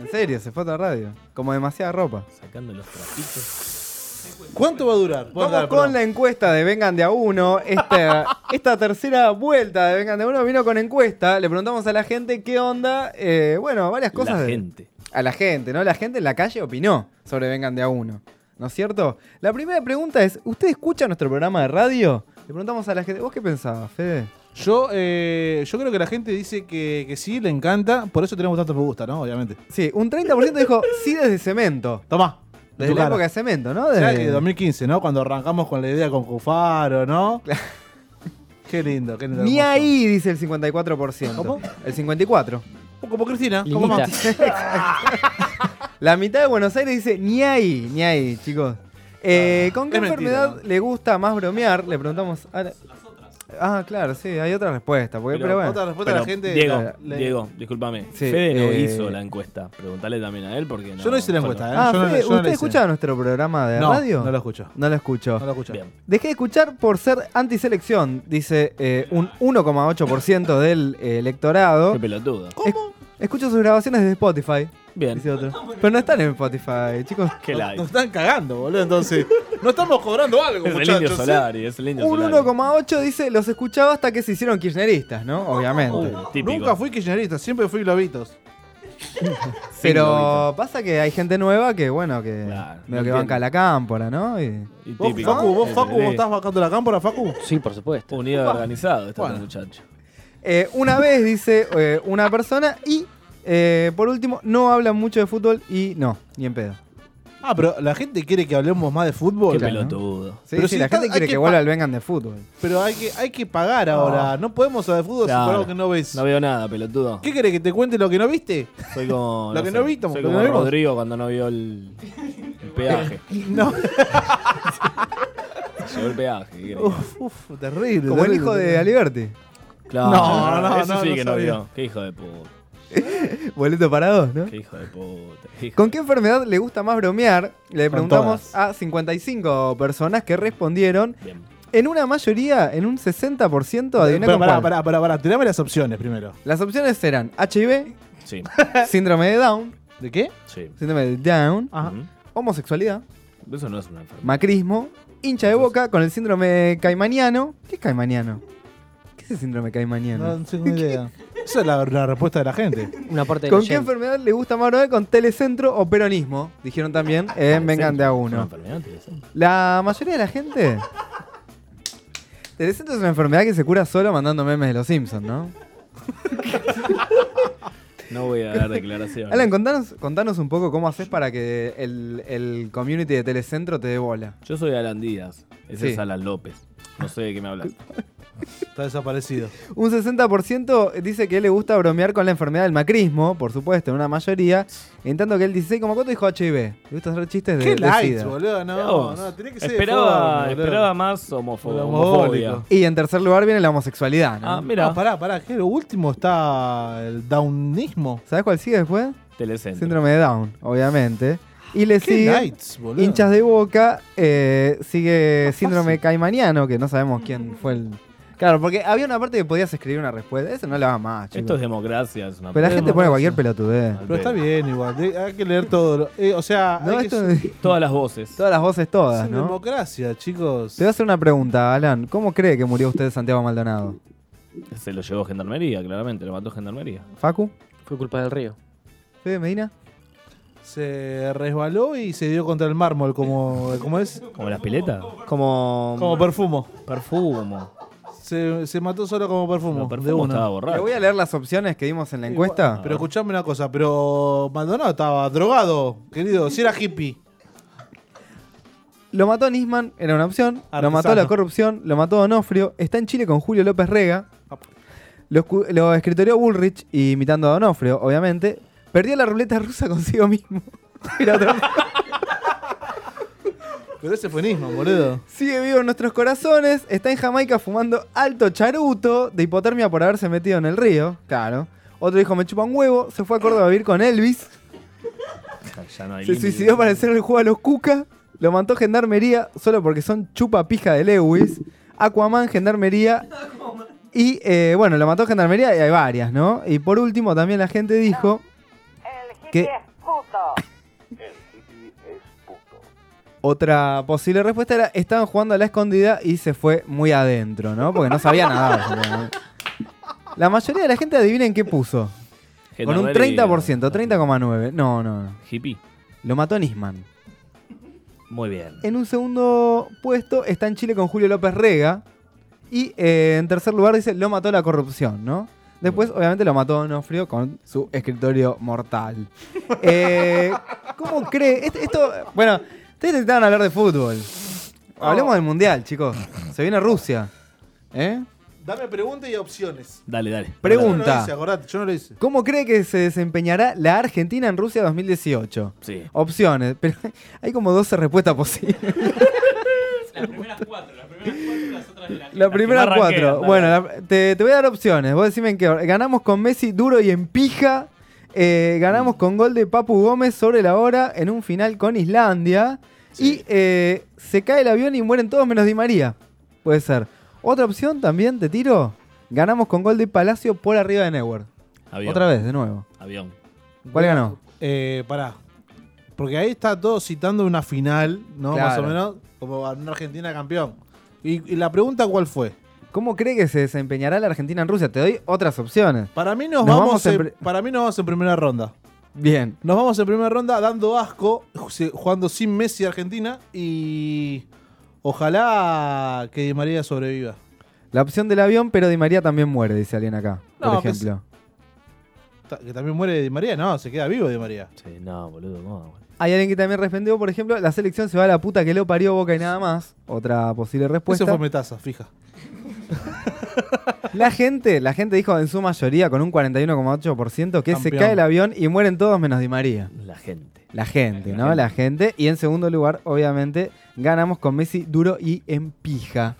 [SPEAKER 21] En serio, se fue a otra radio. Como demasiada ropa.
[SPEAKER 8] Sacando los trapitos.
[SPEAKER 7] ¿Cuánto va a durar?
[SPEAKER 21] Vamos con la encuesta de Vengan de a uno.
[SPEAKER 8] *laughs*
[SPEAKER 21] Esta, esta tercera vuelta de Vengan de a uno vino con encuesta. Le preguntamos a la gente qué onda. eh, bueno, varias cosas. de-
[SPEAKER 8] gente.
[SPEAKER 21] A la gente, ¿no? La gente en la calle opinó sobre Vengan de a uno. ¿No es cierto? La primera pregunta es: ¿Usted escucha nuestro programa de radio? Le preguntamos a la gente. ¿Vos qué pensabas, Fede?
[SPEAKER 7] Yo, eh, yo creo que la gente dice que, que sí, le encanta. Por eso tenemos tantos me gusta, ¿no? Obviamente.
[SPEAKER 21] Sí, un 30% dijo sí desde cemento.
[SPEAKER 7] Tomá.
[SPEAKER 21] Desde
[SPEAKER 7] tu
[SPEAKER 21] la
[SPEAKER 7] cara.
[SPEAKER 21] época de cemento, ¿no?
[SPEAKER 7] O sea,
[SPEAKER 21] Desde-
[SPEAKER 7] que 2015, ¿no? Cuando arrancamos con la idea con
[SPEAKER 21] *laughs*
[SPEAKER 7] Cufaro, ¿no? qué lindo, qué lindo.
[SPEAKER 21] Ni
[SPEAKER 7] hermoso.
[SPEAKER 21] ahí dice el 54%.
[SPEAKER 7] ¿Cómo?
[SPEAKER 21] El 54%.
[SPEAKER 7] Como Cristina, como
[SPEAKER 21] Limita.
[SPEAKER 7] Maxi.
[SPEAKER 21] La mitad de Buenos Aires dice ni ahí, ni ahí, chicos. Eh, ¿Con qué
[SPEAKER 7] Ah, es mentira,
[SPEAKER 21] enfermedad le gusta más bromear? Le preguntamos a la- Ah, claro, sí, hay otra respuesta. Porque, *laughs* pero, bueno.
[SPEAKER 8] pero, Diego,
[SPEAKER 21] La- la-
[SPEAKER 8] Diego, discúlpame.
[SPEAKER 21] Sí,
[SPEAKER 8] Fede no
[SPEAKER 21] eh,
[SPEAKER 8] hizo la encuesta. Preguntale también a él porque no.
[SPEAKER 21] Yo no
[SPEAKER 7] hice la encuesta,
[SPEAKER 21] Ah, Fede, ¿usted escucha nuestro programa de
[SPEAKER 7] No,
[SPEAKER 21] radio?
[SPEAKER 7] no lo escucho.
[SPEAKER 21] No lo escucho.
[SPEAKER 7] No lo escucho. Bien.
[SPEAKER 21] Dejé de escuchar por ser antiselección, dice eh, un 1,8% del eh, electorado. Qué
[SPEAKER 8] pelotudo.
[SPEAKER 21] escucho sus grabaciones desde Spotify.
[SPEAKER 8] Bien.
[SPEAKER 21] Dice otro. Pero no están en Spotify, chicos.
[SPEAKER 8] Qué like.
[SPEAKER 7] Nos están cagando, boludo, entonces. No estamos cobrando
[SPEAKER 8] *laughs*
[SPEAKER 7] algo,
[SPEAKER 8] Es el
[SPEAKER 7] muchachos.
[SPEAKER 8] indio
[SPEAKER 7] ¿eh?
[SPEAKER 8] Solari, es el indio
[SPEAKER 21] Un
[SPEAKER 8] Solari.
[SPEAKER 21] 1,8 dice, los escuchaba hasta que se hicieron kirchneristas, ¿no? Obviamente.
[SPEAKER 8] Uh,
[SPEAKER 7] Nunca fui kirchnerista, siempre fui globitos.
[SPEAKER 21] Pero pasa que hay gente nueva que, bueno, que medio que
[SPEAKER 7] entiendo.
[SPEAKER 21] banca la cámpora, ¿no? Y,
[SPEAKER 7] Vos, Facu, vos, Facu, vos estás bancando la cámpora, Facu.
[SPEAKER 21] Sí, por supuesto.
[SPEAKER 8] Unido organizado está este muchacho.
[SPEAKER 21] Eh, una vez dice eh, una persona y, eh, por último, no hablan mucho de fútbol y no, ni en pedo.
[SPEAKER 7] Ah, pero la gente quiere que hablemos más de fútbol.
[SPEAKER 21] Qué
[SPEAKER 7] Claro, ¿no?
[SPEAKER 21] pelotudo. Sí,
[SPEAKER 7] Pero
[SPEAKER 21] sí,
[SPEAKER 7] si
[SPEAKER 21] la
[SPEAKER 7] está-
[SPEAKER 21] gente
[SPEAKER 7] hay
[SPEAKER 21] quiere que,
[SPEAKER 7] pa-
[SPEAKER 21] vuelva al vengan de fútbol.
[SPEAKER 7] Pero hay que, hay que pagar ahora. No podemos hablar de fútbol si
[SPEAKER 8] Claro.
[SPEAKER 7] por algo que no ves.
[SPEAKER 8] No veo nada, pelotudo.
[SPEAKER 7] ¿Qué querés que te cuente lo que no
[SPEAKER 8] *laughs*
[SPEAKER 7] viste?
[SPEAKER 8] Soy como.
[SPEAKER 7] Lo que no viste,
[SPEAKER 8] Soy
[SPEAKER 7] lo
[SPEAKER 8] como
[SPEAKER 7] que no vimos.
[SPEAKER 8] Rodrigo cuando no vio el, el peaje.
[SPEAKER 7] *laughs*
[SPEAKER 8] *laughs*
[SPEAKER 7] No.
[SPEAKER 8] Llegó el peaje. ¿qué querés?
[SPEAKER 7] Uf, uf, terrible.
[SPEAKER 21] Como el
[SPEAKER 7] terrible,
[SPEAKER 21] hijo de
[SPEAKER 7] terrible.
[SPEAKER 21] Aliberti.
[SPEAKER 8] Claro,
[SPEAKER 21] No, no,
[SPEAKER 8] Eso
[SPEAKER 21] no,
[SPEAKER 8] sí
[SPEAKER 21] no
[SPEAKER 8] que no
[SPEAKER 21] sabía.
[SPEAKER 8] vio. Qué hijo de
[SPEAKER 7] *laughs*
[SPEAKER 8] puta.
[SPEAKER 21] Boleto para dos, ¿no?
[SPEAKER 8] Qué hijo de puta. qué hijo
[SPEAKER 21] ¿Con qué enfermedad le gusta más bromear? Le
[SPEAKER 8] Con
[SPEAKER 21] preguntamos Ah, a 55 personas que respondieron. En una mayoría, en un 60%, adivina
[SPEAKER 7] Pero
[SPEAKER 21] con
[SPEAKER 7] pará,
[SPEAKER 21] cuál.
[SPEAKER 7] pará, pará, pará. Tirame las opciones primero.
[SPEAKER 21] Las opciones eran HIV,
[SPEAKER 8] *laughs* Sí.
[SPEAKER 21] síndrome de Down.
[SPEAKER 7] ¿De qué? *laughs*
[SPEAKER 8] Sí.
[SPEAKER 21] Síndrome de Down, homosexualidad,
[SPEAKER 8] de- Eso no es una enfermedad.
[SPEAKER 21] macrismo, hincha de boca con el síndrome caimaniano. ¿Qué es caimaniano? ¿Qué es el síndrome caimaniano?
[SPEAKER 7] No tengo ni idea. Esa es la, la respuesta de la gente.
[SPEAKER 21] Una ¿Con qué enfermedad le gusta más bromear? Con telecentro o peronismo. Dijeron también en Vengan de a
[SPEAKER 8] Es una
[SPEAKER 21] uno.
[SPEAKER 8] enfermedad, te dicen.
[SPEAKER 21] La mayoría de la gente. Telecentro es una enfermedad que se cura solo mandando memes de los Simpsons, ¿no?
[SPEAKER 8] No voy a dar declaraciones.
[SPEAKER 21] Alan, contanos, contanos un poco cómo haces para que el, el community de Telecentro te dé bola.
[SPEAKER 8] Yo soy Alan Díaz. Ese
[SPEAKER 21] Sí.
[SPEAKER 8] es Alan López. No sé de qué me hablas.
[SPEAKER 21] *laughs*
[SPEAKER 7] Está desaparecido.
[SPEAKER 21] Un 60% dice que le gusta bromear con la enfermedad del macrismo, por supuesto, en una mayoría. En tanto que el 16,4 dijo HIV. Le gusta hacer chistes de,
[SPEAKER 7] Qué
[SPEAKER 21] de
[SPEAKER 7] lights,
[SPEAKER 21] SIDA.
[SPEAKER 7] boludo. No,
[SPEAKER 8] Mirá vos.
[SPEAKER 7] no, tenía que ser. de
[SPEAKER 8] esperaba,
[SPEAKER 7] forma, boludo.
[SPEAKER 8] esperaba más homofo-
[SPEAKER 7] Homofóbico.
[SPEAKER 8] homofobia.
[SPEAKER 21] Y en tercer lugar viene la homosexualidad, ¿no?
[SPEAKER 8] Ah, mira.
[SPEAKER 7] No, pará, pará. ¿qué? Lo último está el downismo.
[SPEAKER 21] ¿Sabes cuál sigue después?
[SPEAKER 8] Telecentro.
[SPEAKER 21] Síndrome de Down, obviamente. Y le
[SPEAKER 7] Qué
[SPEAKER 21] sigue
[SPEAKER 7] lights, boludo.
[SPEAKER 21] hinchas de boca, eh, sigue síndrome caimaniano, que no sabemos quién fue el... Claro, porque había una parte que podías escribir una respuesta. Eso no la va más, chicos.
[SPEAKER 8] Esto es democracia. Es una
[SPEAKER 21] Pero la gente pone cualquier
[SPEAKER 8] democracia.
[SPEAKER 21] pelotudez.
[SPEAKER 7] Pero está bien igual. de- Hay que leer todo. lo- eh, o sea,
[SPEAKER 21] No,
[SPEAKER 7] hay que-
[SPEAKER 21] esto-
[SPEAKER 7] es
[SPEAKER 8] Todas las voces.
[SPEAKER 21] Todas las voces todas,
[SPEAKER 7] una
[SPEAKER 21] ¿no?
[SPEAKER 7] democracia, chicos.
[SPEAKER 21] Te voy a hacer una pregunta, Alan. ¿Cómo cree que murió usted Santiago Maldonado?
[SPEAKER 8] Se lo llevó Gendarmería, claramente. Lo mató Gendarmería.
[SPEAKER 21] ¿Facu?
[SPEAKER 25] Fue culpa del río.
[SPEAKER 21] ¿Fede Medina?
[SPEAKER 7] Se resbaló y se dio contra el mármol, como ¿cómo es.
[SPEAKER 8] ¿Como las piletas?
[SPEAKER 25] Como.
[SPEAKER 7] Como perfumo.
[SPEAKER 8] Perfumo.
[SPEAKER 7] Se, se mató solo como perfumo.
[SPEAKER 8] Pero
[SPEAKER 7] de
[SPEAKER 8] perfumo
[SPEAKER 7] una.
[SPEAKER 8] estaba borrado.
[SPEAKER 21] Le voy a leer las opciones que dimos en la encuesta.
[SPEAKER 7] Pero escuchame una cosa, pero Maldonado estaba drogado, querido. Si era hippie.
[SPEAKER 21] Lo mató Nisman, era una opción. Lo
[SPEAKER 7] Artesano.
[SPEAKER 21] mató la corrupción, lo mató Donofrio. Está en Chile con Julio López Rega. Lo, escu- lo escritorió Bullrich, imitando a Donofrio, obviamente. Perdió la ruleta rusa *laughs* consigo mismo. Era otra opción.
[SPEAKER 7] Pero ese fue Nisman, boludo.
[SPEAKER 21] Sigue vivo en nuestros corazones. Está en Jamaica fumando alto charuto de hipotermia por haberse metido en el río. Claro. Otro dijo, me chupa un huevo. Se fue a Córdoba a vivir con Elvis.
[SPEAKER 8] Ya no hay
[SPEAKER 21] Se
[SPEAKER 8] límite.
[SPEAKER 21] suicidó para hacer el juego a los Cuca. Lo mató Gendarmería solo porque son chupa pija de Lewis. Aquaman, Gendarmería. Y eh, bueno, lo mató Gendarmería y hay varias, ¿no? Y por último también la gente dijo que otra posible respuesta era estaban jugando a la escondida y se fue muy adentro, ¿no? Porque no sabía nada. La mayoría de la gente adivinen qué puso. Con un
[SPEAKER 8] Gendarmería.
[SPEAKER 21] 30%, 30,9. No, no, no.
[SPEAKER 8] Hippie.
[SPEAKER 21] Lo mató Nisman.
[SPEAKER 8] Muy bien.
[SPEAKER 21] En un segundo puesto está en Chile con Julio López Rega. Y eh, en tercer lugar dice, lo mató la corrupción, ¿no? Después, obviamente, lo mató Onofrio con su escritorio mortal. *laughs* Eh, ¿Cómo cree? Este- Esto, bueno, ustedes intentaban hablar de fútbol. Hablemos
[SPEAKER 8] Oh.
[SPEAKER 21] del Mundial, chicos. Se viene Rusia. ¿Eh?
[SPEAKER 7] Dame preguntas y opciones.
[SPEAKER 8] Dale, dale.
[SPEAKER 7] Yo no lo
[SPEAKER 21] Pregunta.
[SPEAKER 7] hice, acordate, yo no lo hice.
[SPEAKER 21] ¿Cómo cree que se desempeñará la Argentina en Rusia 2018?
[SPEAKER 8] Sí.
[SPEAKER 21] Opciones, pero *laughs* hay como 12 respuestas posibles.
[SPEAKER 8] *laughs* Las primeras cuatro, las primeras cuatro, las otras de la
[SPEAKER 21] Las primeras cuatro. Bueno, la- te, te voy a dar opciones. Vos decime en qué hora. Ganamos con Messi duro y en pija. Eh, ganamos con gol de Papu Gómez sobre la hora en un final con Islandia. Y eh, se cae el avión y mueren todos menos Di María. Puede ser. Otra opción también, te tiro. Ganamos con gol de Palacio por arriba de Neuer.
[SPEAKER 8] Avión.
[SPEAKER 21] Otra vez, de nuevo.
[SPEAKER 8] Avión.
[SPEAKER 21] ¿Cuál ganó?
[SPEAKER 7] Eh, pará. Porque ahí está todo citando una final, ¿no? Más
[SPEAKER 21] Claro.
[SPEAKER 7] o menos, como una Argentina campeón. Y, y la pregunta, ¿cuál fue?
[SPEAKER 21] ¿Cómo cree que se desempeñará la Argentina en Rusia? Te doy otras opciones.
[SPEAKER 7] Para mí nos,
[SPEAKER 21] Nos
[SPEAKER 7] vamos,
[SPEAKER 21] vamos en
[SPEAKER 7] en-
[SPEAKER 21] pri-
[SPEAKER 7] para mí nos vamos en primera ronda.
[SPEAKER 21] Bien.
[SPEAKER 7] Nos vamos en primera ronda dando asco, ju- jugando sin Messi Argentina y ojalá que Di María sobreviva.
[SPEAKER 21] La opción del avión, pero Di María también muere, dice alguien acá.
[SPEAKER 7] No, pues,
[SPEAKER 21] por
[SPEAKER 7] que
[SPEAKER 21] ejemplo.
[SPEAKER 7] Ta- Que también muere Di María, no, se queda vivo Di María.
[SPEAKER 8] Sí, no, boludo, no. boludo.
[SPEAKER 21] Hay alguien que también respondió, por ejemplo, la selección se va a la puta que lo parió Boca y nada más. Otra posible respuesta.
[SPEAKER 7] Eso fue Metaza, fija.
[SPEAKER 21] La gente, la gente dijo en su mayoría, con un 41,8%, que se
[SPEAKER 7] Campeón.
[SPEAKER 21] cae el avión y mueren todos menos Di María.
[SPEAKER 8] La gente.
[SPEAKER 21] La gente, ¿no? La gente. Y en segundo lugar, obviamente, ganamos con Messi duro y en pija.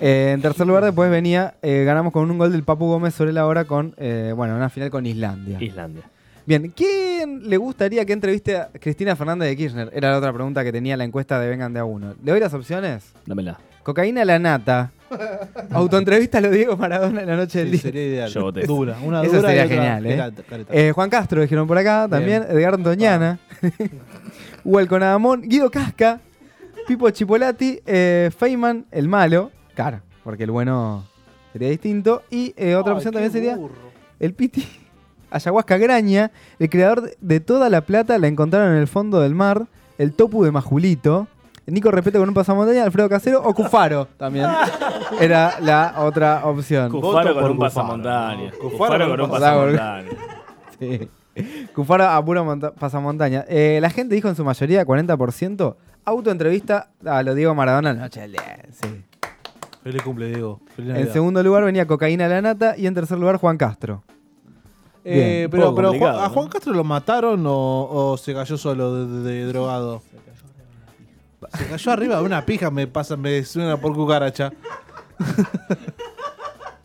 [SPEAKER 21] Eh, en tercer lugar, después venía, eh, ganamos con un gol del Papu Gómez sobre la hora con, eh, bueno, una final con Islandia.
[SPEAKER 8] Islandia.
[SPEAKER 21] Bien, ¿quién le gustaría que entreviste a Cristina Fernández de Kirchner? Era la otra pregunta que tenía la encuesta de Vengan de a uno. ¿Le doy las opciones?
[SPEAKER 8] Dámela.
[SPEAKER 21] Cocaína a la *laughs* nata. Autoentrevista a lo Diego Maradona en la noche
[SPEAKER 7] *laughs*
[SPEAKER 21] del día. Sería
[SPEAKER 18] ideal. Yo voté. Dura, una
[SPEAKER 21] Eso
[SPEAKER 18] dura y
[SPEAKER 21] sería
[SPEAKER 18] otra
[SPEAKER 21] genial, ¿eh?
[SPEAKER 18] careta- careta.
[SPEAKER 21] Eh, Juan Castro, dijeron por acá, también. Edgar *laughs* Antoñana. Hugo Alconadamón. Guido Casca. Pipo Chipolati. Eh, Feynman, el malo. Claro, porque el bueno sería distinto. Y eh, otra
[SPEAKER 7] Ay,
[SPEAKER 21] opción
[SPEAKER 7] qué
[SPEAKER 21] también sería
[SPEAKER 7] burro.
[SPEAKER 21] el Piti. Ayahuasca Graña, el creador de- de toda la plata, la encontraron en el fondo del mar. El topu de Majulito. Nico Repeto con un pasamontaña, Alfredo Casero o Cufaro
[SPEAKER 8] *laughs*
[SPEAKER 21] también. Era la otra opción.
[SPEAKER 8] Cufaro con un pasamontaña. Cufaro con un pasamontaña.
[SPEAKER 21] Sí. *laughs* Cufaro a puro monta- pasamontaña. Eh, la gente dijo en su mayoría, 40%, autoentrevista a lo Diego Maradona en la noche del día. Sí.
[SPEAKER 18] Feliz cumple, Diego. Feliz
[SPEAKER 21] En
[SPEAKER 18] Navidad.
[SPEAKER 21] segundo lugar venía Cocaína a la Nata y en tercer lugar Juan Castro.
[SPEAKER 18] Eh,
[SPEAKER 21] Bien.
[SPEAKER 18] pero
[SPEAKER 21] Poco
[SPEAKER 18] pero
[SPEAKER 21] complicado,
[SPEAKER 18] Juan- ¿a
[SPEAKER 21] ¿no?
[SPEAKER 18] Juan Castro lo mataron o, o se cayó solo de, de- de drogado? Se cayó arriba de una pija, me pasa, me suena por *laughs* cucaracha.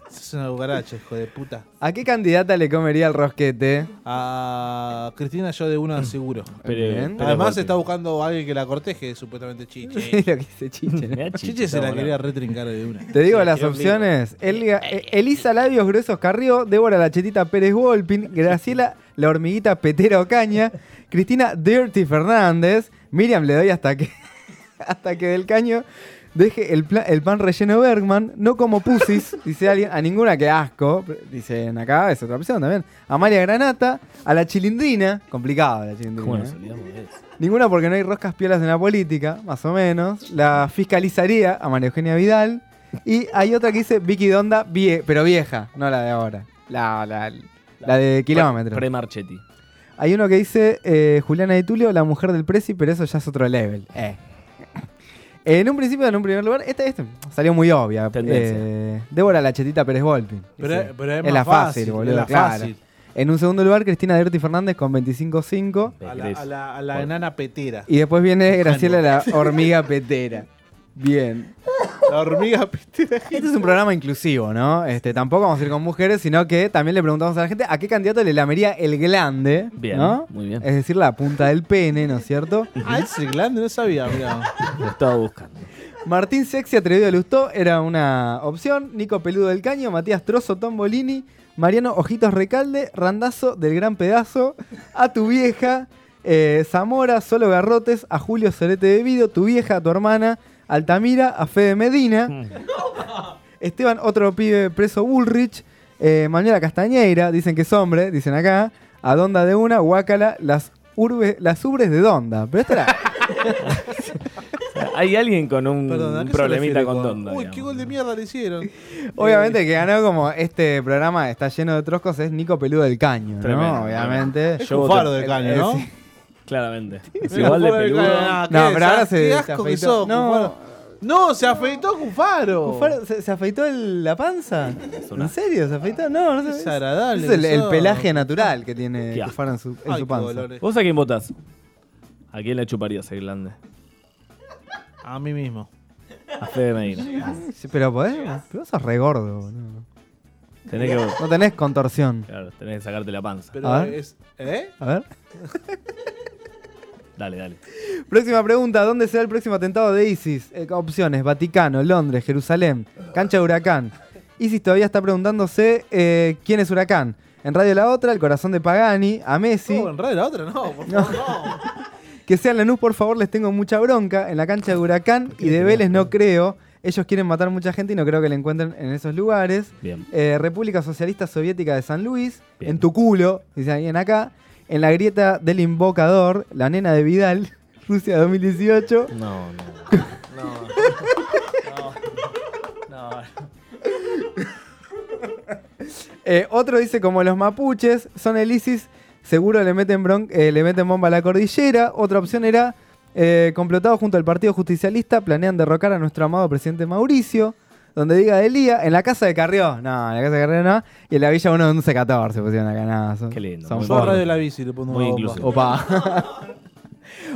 [SPEAKER 18] es una cucaracha, hijo de puta.
[SPEAKER 21] ¿A qué candidata le comería el rosquete?
[SPEAKER 18] A Cristina yo de una *clears throat* seguro.
[SPEAKER 21] Pero- Bien. pero
[SPEAKER 18] Además
[SPEAKER 21] golpe.
[SPEAKER 18] está buscando a alguien que la corteje, supuestamente *laughs* Chiche.
[SPEAKER 21] Sí, *laughs* lo que dice Chiche, ¿no?
[SPEAKER 18] Chiche,
[SPEAKER 21] Chiche
[SPEAKER 18] se la
[SPEAKER 21] está
[SPEAKER 18] quería
[SPEAKER 21] volando.
[SPEAKER 18] retrincar de una.
[SPEAKER 21] *laughs* Te digo
[SPEAKER 18] Se la
[SPEAKER 21] las
[SPEAKER 18] tiró en vivo.
[SPEAKER 21] opciones. Elga- eh, Elisa Labios Gruesos Carrió, Débora La Chetita Pérez *laughs* Volpin, Graciela La Hormiguita Petera Ocaña, Cristina Dirty Fernández, Miriam le doy hasta que *laughs* hasta que del caño deje el, pla- el pan relleno Bergman, no como pusis, *laughs* dice alguien, a ninguna que asco, dicen acá, es otra opción también. A María Granata, a la chilindrina, complicado la chilindrina.
[SPEAKER 8] ¿Cómo nos
[SPEAKER 21] ¿eh?
[SPEAKER 8] olvidamos de eso?
[SPEAKER 21] Ninguna porque no hay roscas piolas en la política, más o menos. La fiscalizaría a María Eugenia Vidal. Y hay otra que dice Vicky Donda, vie- pero vieja, no la de ahora. La, la- la de kilómetros.
[SPEAKER 8] Pre Marchetti.
[SPEAKER 21] Hay uno que dice eh, Juliana de Tulio, la mujer del Prezi, pero eso ya es otro level. Eh. *laughs* En un principio, en un primer lugar, esta, esta salió muy obvia.
[SPEAKER 8] Tendencia.
[SPEAKER 21] Eh, Débora la chetita Pérez Volpi.
[SPEAKER 18] Pero-
[SPEAKER 21] Sí.
[SPEAKER 18] pero es
[SPEAKER 21] la
[SPEAKER 18] más fácil,
[SPEAKER 21] fácil,
[SPEAKER 18] es
[SPEAKER 21] boludo,
[SPEAKER 18] la
[SPEAKER 21] claro.
[SPEAKER 18] fácil.
[SPEAKER 21] En un segundo lugar, Cristina Derti Fernández con 25-5.
[SPEAKER 18] A la, a la- a la enana *laughs* petera.
[SPEAKER 21] Y después viene Graciela la hormiga petera. Bien.
[SPEAKER 18] La hormiga petera.
[SPEAKER 21] Este es un programa inclusivo, ¿no? Este, tampoco vamos a ir con mujeres, sino que también le preguntamos a la gente a qué candidato le lamería el glande.
[SPEAKER 8] Bien,
[SPEAKER 21] ¿no?
[SPEAKER 8] muy bien.
[SPEAKER 21] Es decir, la punta del pene, ¿no es cierto?
[SPEAKER 18] Ah, es el glande, no sabía, mirá.
[SPEAKER 8] Lo estaba buscando.
[SPEAKER 21] Martín Sexy Atrevido de Lustó era una opción. Nico Peludo del Caño, Matías Trozo, Tombolini, Mariano Ojitos Recalde, Randazo del Gran Pedazo, a tu vieja, eh, Zamora, Solo Garrotes, a Julio Solete de Vido, tu vieja, a tu hermana, Altamira, a Fede Medina, Esteban, otro pibe preso Bullrich, eh, Manuela Castañeira, dicen que es hombre, dicen acá, a Donda de una, Huacala, las, urbe, las ubres de Donda. Pero esta era-
[SPEAKER 8] Hay alguien con *laughs* un,
[SPEAKER 18] Perdón, ¿a
[SPEAKER 8] un
[SPEAKER 18] qué se
[SPEAKER 8] problemita
[SPEAKER 18] refiere
[SPEAKER 8] con Donda.
[SPEAKER 18] Uy, qué gol de mierda le hicieron.
[SPEAKER 21] Obviamente el que ganó como este programa está lleno de troscos es Nico Peludo del Caño, ¿no?
[SPEAKER 8] Tremendo,
[SPEAKER 21] Obviamente.
[SPEAKER 8] Es Yo voté- Cufaro del Caño,
[SPEAKER 21] Eh,
[SPEAKER 8] ¿no?
[SPEAKER 21] sí.
[SPEAKER 8] Claramente. Es
[SPEAKER 21] Mira,
[SPEAKER 8] igual de
[SPEAKER 21] pobre
[SPEAKER 8] peludo.
[SPEAKER 21] cara, No, pero ahora se-
[SPEAKER 18] Qué
[SPEAKER 21] se
[SPEAKER 18] asco que
[SPEAKER 21] afeitó.
[SPEAKER 18] sos,
[SPEAKER 21] No.
[SPEAKER 18] Cufaro. No, se afeitó Cufaro.
[SPEAKER 21] Cufaro, ¿se, se afeitó el- la panza?
[SPEAKER 8] una-
[SPEAKER 21] ¿En serio? ¿Se afeitó? No, no sé.
[SPEAKER 18] Es agradable
[SPEAKER 21] Es el,
[SPEAKER 18] que
[SPEAKER 21] el
[SPEAKER 18] sos.
[SPEAKER 21] pelaje natural que tiene
[SPEAKER 8] Qué asco.
[SPEAKER 21] Cufaro en su, en
[SPEAKER 8] Ay,
[SPEAKER 21] su
[SPEAKER 8] qué
[SPEAKER 21] panza.
[SPEAKER 8] dolores. ¿Vos a quién votás? ¿A quién le chuparías el glande?
[SPEAKER 18] A mí mismo.
[SPEAKER 8] A Fede Medina.
[SPEAKER 21] Sí, pero podés, pero vos sos re gordo, boludo.
[SPEAKER 8] Tenés que-
[SPEAKER 21] No tenés contorsión.
[SPEAKER 8] Claro, tenés que sacarte la panza.
[SPEAKER 18] Pero
[SPEAKER 21] A ver.
[SPEAKER 18] es. ¿Eh?
[SPEAKER 21] A ver.
[SPEAKER 8] Dale, dale.
[SPEAKER 21] Próxima pregunta, ¿dónde será el próximo atentado de ISIS? Eh, opciones, Vaticano, Londres, Jerusalén, cancha de huracán. ISIS todavía está preguntándose eh, quién es huracán. En Radio La Otra, el corazón de Pagani, a Messi.
[SPEAKER 7] Oh,
[SPEAKER 18] No, en radio la otra no, por favor, no.
[SPEAKER 21] Que sean Lanús, por favor, les tengo mucha bronca. En la cancha de Huracán y de Vélez no creo. Ellos quieren matar mucha gente y no creo que la encuentren en esos lugares.
[SPEAKER 8] Bien.
[SPEAKER 21] Eh, República Socialista Soviética de San Luis. En tu culo, dice alguien acá. En la grieta del invocador, la nena de Vidal, *laughs* Rusia 2018.
[SPEAKER 8] No, no.
[SPEAKER 17] No.
[SPEAKER 21] Eh, otro dice como los mapuches, son el ISIS, seguro le meten, bron- eh, le meten bomba a la cordillera. Otra opción era, eh, complotado junto al Partido Justicialista, planean derrocar a nuestro amado presidente Mauricio. Donde diga Elía, en la casa de Carrió. No, en la casa de Carrió no. Y en la Villa 1114 pusieron acá. nada. Qué
[SPEAKER 8] lindo.
[SPEAKER 18] Yo a radio la bici le pongo
[SPEAKER 21] Muy
[SPEAKER 18] una
[SPEAKER 21] inclusivo. Opa. *laughs*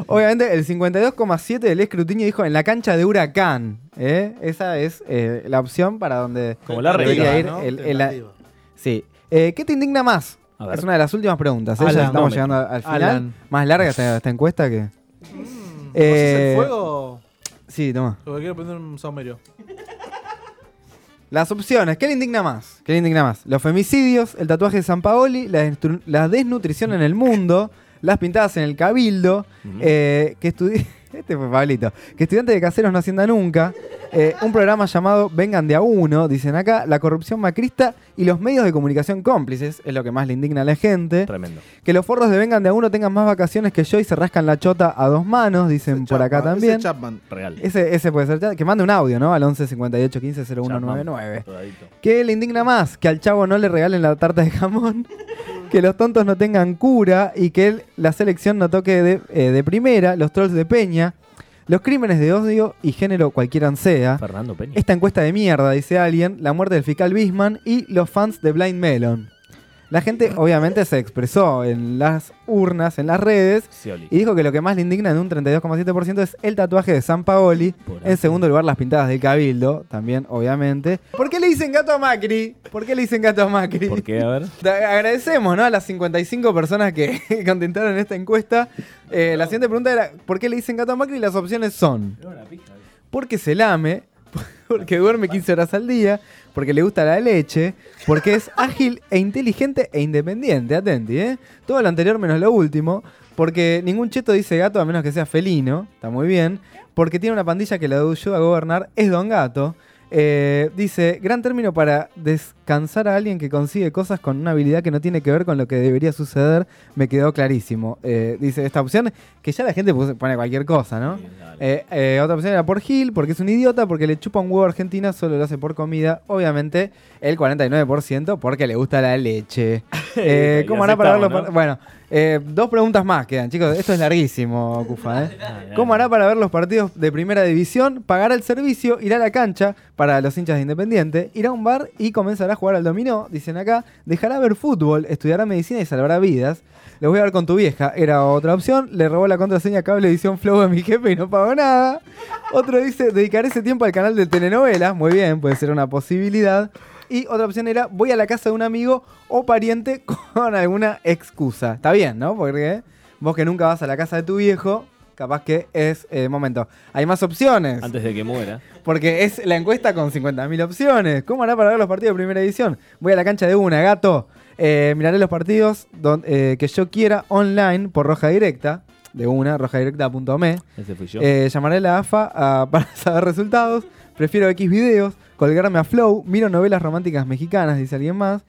[SPEAKER 21] Obviamente, el 52,7 del escrutinio dijo en la cancha de Huracán. ¿eh? Esa es eh, la opción para donde
[SPEAKER 8] Como la
[SPEAKER 21] debería
[SPEAKER 8] regla,
[SPEAKER 21] ir
[SPEAKER 8] ¿no?
[SPEAKER 21] el- el-
[SPEAKER 8] Alternativa.
[SPEAKER 21] Sí. Eh, ¿Qué te indigna más?
[SPEAKER 8] ver.
[SPEAKER 21] Es una de las últimas preguntas. ¿eh? Ya
[SPEAKER 8] Alan.
[SPEAKER 21] estamos
[SPEAKER 8] No,
[SPEAKER 21] llegando
[SPEAKER 8] me-
[SPEAKER 21] al final.
[SPEAKER 8] Alan.
[SPEAKER 21] Más larga esta, esta encuesta que.
[SPEAKER 18] ¿Haces
[SPEAKER 21] Eh,
[SPEAKER 18] el fuego?
[SPEAKER 21] Sí, toma.
[SPEAKER 18] Porque quiero prender un saumerio.
[SPEAKER 21] Las opciones, ¿qué le indigna más? ¿Qué le indigna más? Los femicidios, el tatuaje de San Paoli, la, destru- la desnutrición en el mundo, las pintadas en el cabildo, eh, que estudi- *laughs* Este fue Pablito. Que estudiantes de caseros no hacienda nunca. eh, un programa llamado Vengan de a uno, dicen acá. La corrupción macrista y los medios de comunicación cómplices es lo que más le indigna a la gente.
[SPEAKER 8] Tremendo.
[SPEAKER 21] Que los forros de Vengan de a uno tengan más vacaciones que yo y se rascan la chota a dos manos, dicen por acá
[SPEAKER 18] Chapman, ese
[SPEAKER 21] también.
[SPEAKER 18] Chapman.
[SPEAKER 8] Real.
[SPEAKER 21] Ese, ese puede ser. Chapman. Que mande un audio, ¿no? Al 11 58 15 0199. ¿Qué le indigna más? Que al chavo no le regalen la tarta
[SPEAKER 18] *laughs*
[SPEAKER 21] de jamón, que los tontos no tengan cura y que el- la selección no toque de, eh, de primera, los trolls de Peña, los crímenes de odio y género cualquiera sea.
[SPEAKER 8] Fernando Peña.
[SPEAKER 21] Esta encuesta de mierda, dice alguien, la muerte del fiscal Bisman y los fans de Blind Melon. La gente obviamente se expresó en las urnas, en las redes,
[SPEAKER 8] Scioli.
[SPEAKER 21] y dijo que lo que más le indigna en un 32,7% es el tatuaje de San Paoli. En segundo lugar, las pintadas del Cabildo, también, obviamente. ¿Por qué le dicen gato a Macri? ¿Por qué le dicen gato a Macri? ¿Por
[SPEAKER 8] qué? A ver.
[SPEAKER 21] Agradecemos, ¿no? A las 55 personas que *laughs* contestaron esta encuesta. Eh, La siguiente pregunta era, ¿por qué le dicen gato a Macri? Y las opciones son... Porque se lame, *laughs* porque duerme 15 horas al día, porque le gusta la leche, porque es ágil e inteligente e independiente, atenti, ¿eh? Todo lo anterior menos lo último, porque ningún cheto dice gato a menos que sea felino, está muy bien, porque tiene una pandilla que la ayuda a gobernar, es don gato. Eh, dice, gran término para descansar a alguien que consigue cosas con una habilidad que no tiene que ver con lo que debería suceder, me quedó clarísimo. Eh, dice esta opción, que ya la gente puse- pone cualquier cosa, ¿no? Eh, eh, otra opción era por Gil, porque es un idiota, porque le chupa un huevo a Argentina, solo lo hace por comida. Obviamente, el 49% porque le gusta la
[SPEAKER 8] *laughs*
[SPEAKER 21] leche. Eh,
[SPEAKER 8] Y
[SPEAKER 21] ¿Cómo hará para verlo?
[SPEAKER 8] aceptamos,
[SPEAKER 21] par-
[SPEAKER 8] ¿no?
[SPEAKER 21] Bueno, eh, dos preguntas más quedan, chicos. Esto es larguísimo, Cufa. ¿eh? ¿Cómo hará para ver los partidos de primera división? Pagará el servicio, irá a la cancha para los hinchas de Independiente, irá a un bar y comenzará a jugar al dominó, dicen acá. Dejará ver fútbol, estudiará medicina y salvará vidas. Los voy a ver con tu vieja, era otra opción. Le robó la contraseña a Cablevisión Flow a mi jefe y no pagó nada. Otro dice, dedicaré ese tiempo al canal de telenovelas. Muy bien, puede ser una posibilidad. Y otra opción era, voy a la casa de un amigo o pariente *laughs* con alguna excusa. Está bien, ¿no? Porque vos que nunca vas a la casa de tu viejo, capaz que es eh, momento. Hay más opciones.
[SPEAKER 8] Antes de que muera.
[SPEAKER 21] Porque es la encuesta con 50.000 opciones. ¿Cómo hará para ver los partidos de primera edición? Voy a la cancha de una, gato. Eh, miraré los partidos don- eh, que yo quiera online por Roja Directa. De una, rojadirecta.me.
[SPEAKER 8] Ese fui yo.
[SPEAKER 21] Eh, llamaré a la AFA a- *laughs* para saber resultados. Prefiero X videos. Colgarme a Flow. Miro novelas románticas mexicanas, dice alguien más.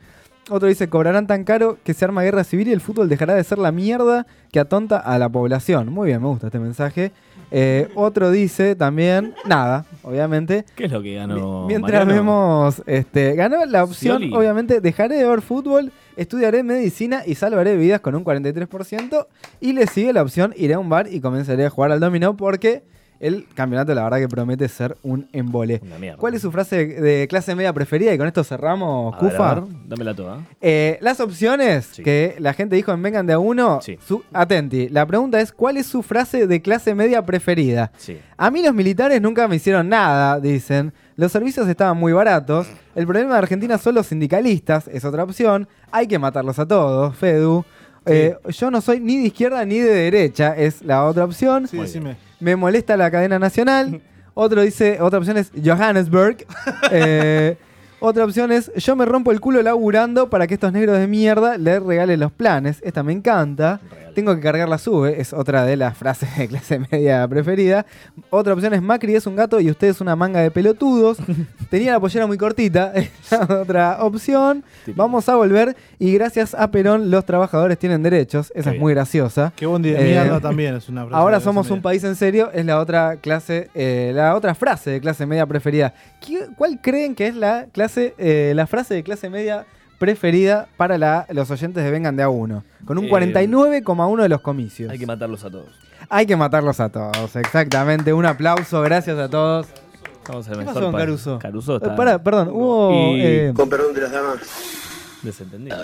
[SPEAKER 21] Otro dice, cobrarán tan caro que se arma guerra civil y el fútbol dejará de ser la mierda que atonta a la población. Muy bien, me gusta este mensaje. Eh, otro dice también, nada, obviamente.
[SPEAKER 8] ¿Qué es lo que ganó?
[SPEAKER 21] Mientras
[SPEAKER 8] Mariano?
[SPEAKER 21] vemos, este, ganó la opción,
[SPEAKER 8] Scioli.
[SPEAKER 21] obviamente, dejaré de ver fútbol, estudiaré medicina y salvaré vidas con un 43%. Y le sigue la opción, iré a un bar y comenzaré a jugar al dominó porque el campeonato, la verdad, que promete ser un embole. ¿Cuál es su frase de clase media preferida? Y con esto cerramos,
[SPEAKER 8] A ver,
[SPEAKER 21] Cufa.
[SPEAKER 8] a ver, dámela toda.
[SPEAKER 21] Eh, las opciones que la gente dijo en Vengan de a uno, su- atenti, la pregunta es ¿cuál es su frase de clase media preferida?
[SPEAKER 8] Sí.
[SPEAKER 21] A mí los militares nunca me hicieron nada, dicen. Los servicios estaban muy baratos. El problema de Argentina son los sindicalistas, es otra opción. Hay que matarlos a todos, Fedu. Eh, yo no soy ni de izquierda ni de derecha, es la otra opción.
[SPEAKER 18] Sí, decime.
[SPEAKER 21] Me molesta la cadena nacional. Otro dice, otra opción es Johannesburg. Eh, otra opción es yo me rompo el culo laburando para que estos negros de mierda les regalen los planes. Esta me encanta. Tengo que cargar la sube, es otra de las frases de clase media preferida. Otra opción es Macri es un gato y usted es una manga de pelotudos. Tenía la pollera muy cortita, *laughs* es otra opción. Vamos a volver y gracias a Perón los trabajadores tienen derechos. Esa es muy graciosa.
[SPEAKER 18] Qué buen día de
[SPEAKER 21] Eh,
[SPEAKER 18] mierda también es una frase
[SPEAKER 21] Ahora
[SPEAKER 18] de clase
[SPEAKER 21] somos
[SPEAKER 18] media.
[SPEAKER 21] un país en serio, es la otra clase, eh, la otra frase de clase media preferida. ¿Qué- ¿Cuál creen que es la clase, eh, la frase de clase media preferida para la- los oyentes de Vengan de a uno? Con un
[SPEAKER 8] Eh,
[SPEAKER 21] 49,1 de los comicios.
[SPEAKER 8] Hay que matarlos a todos.
[SPEAKER 21] Hay que matarlos a todos, exactamente. Un aplauso, gracias a todos.
[SPEAKER 8] Vamos a
[SPEAKER 21] ¿Qué
[SPEAKER 8] ver,
[SPEAKER 21] pasó con
[SPEAKER 8] Sorpa.
[SPEAKER 21] Caruso?
[SPEAKER 8] Caruso
[SPEAKER 21] Eh,
[SPEAKER 8] está.
[SPEAKER 21] pará, perdón, hubo,
[SPEAKER 8] Y-
[SPEAKER 21] eh, Ah,
[SPEAKER 20] Con perdón de las damas.
[SPEAKER 8] Desentendido.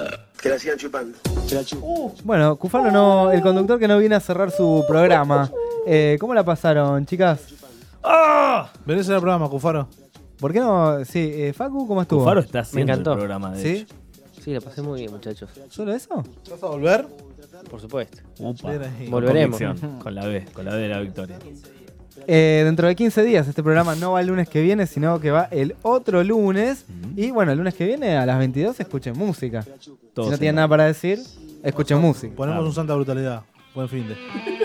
[SPEAKER 20] Que la sigan chupando. Que la chupen.
[SPEAKER 21] Bueno, Cufaro no, el conductor que no viene a cerrar su programa. Eh, ¿Cómo la pasaron, chicas?
[SPEAKER 18] ¡Ah! Venís al programa, Cufaro.
[SPEAKER 21] ¿Por qué no? Sí, eh, Facu, ¿cómo estuvo?
[SPEAKER 8] Cufaro está haciendo el programa, de
[SPEAKER 21] ¿Sí?
[SPEAKER 8] hecho.
[SPEAKER 17] Sí, la pasé muy bien, muchachos.
[SPEAKER 21] ¿Solo eso?
[SPEAKER 18] ¿Vas a volver?
[SPEAKER 17] Por supuesto.
[SPEAKER 8] Upa.
[SPEAKER 17] Volveremos.
[SPEAKER 8] Con, convicción, con la B, con la B de la victoria.
[SPEAKER 21] Eh, dentro de 15 días, este programa no va el lunes que viene, sino que va el otro lunes. Y bueno, el lunes que viene a las 22 escuchen música.
[SPEAKER 18] Todo
[SPEAKER 21] si no
[SPEAKER 18] se
[SPEAKER 21] tienen
[SPEAKER 18] va.
[SPEAKER 21] nada para decir, escuchen música.
[SPEAKER 18] Ponemos un Santa Brutalidad. Buen fin de.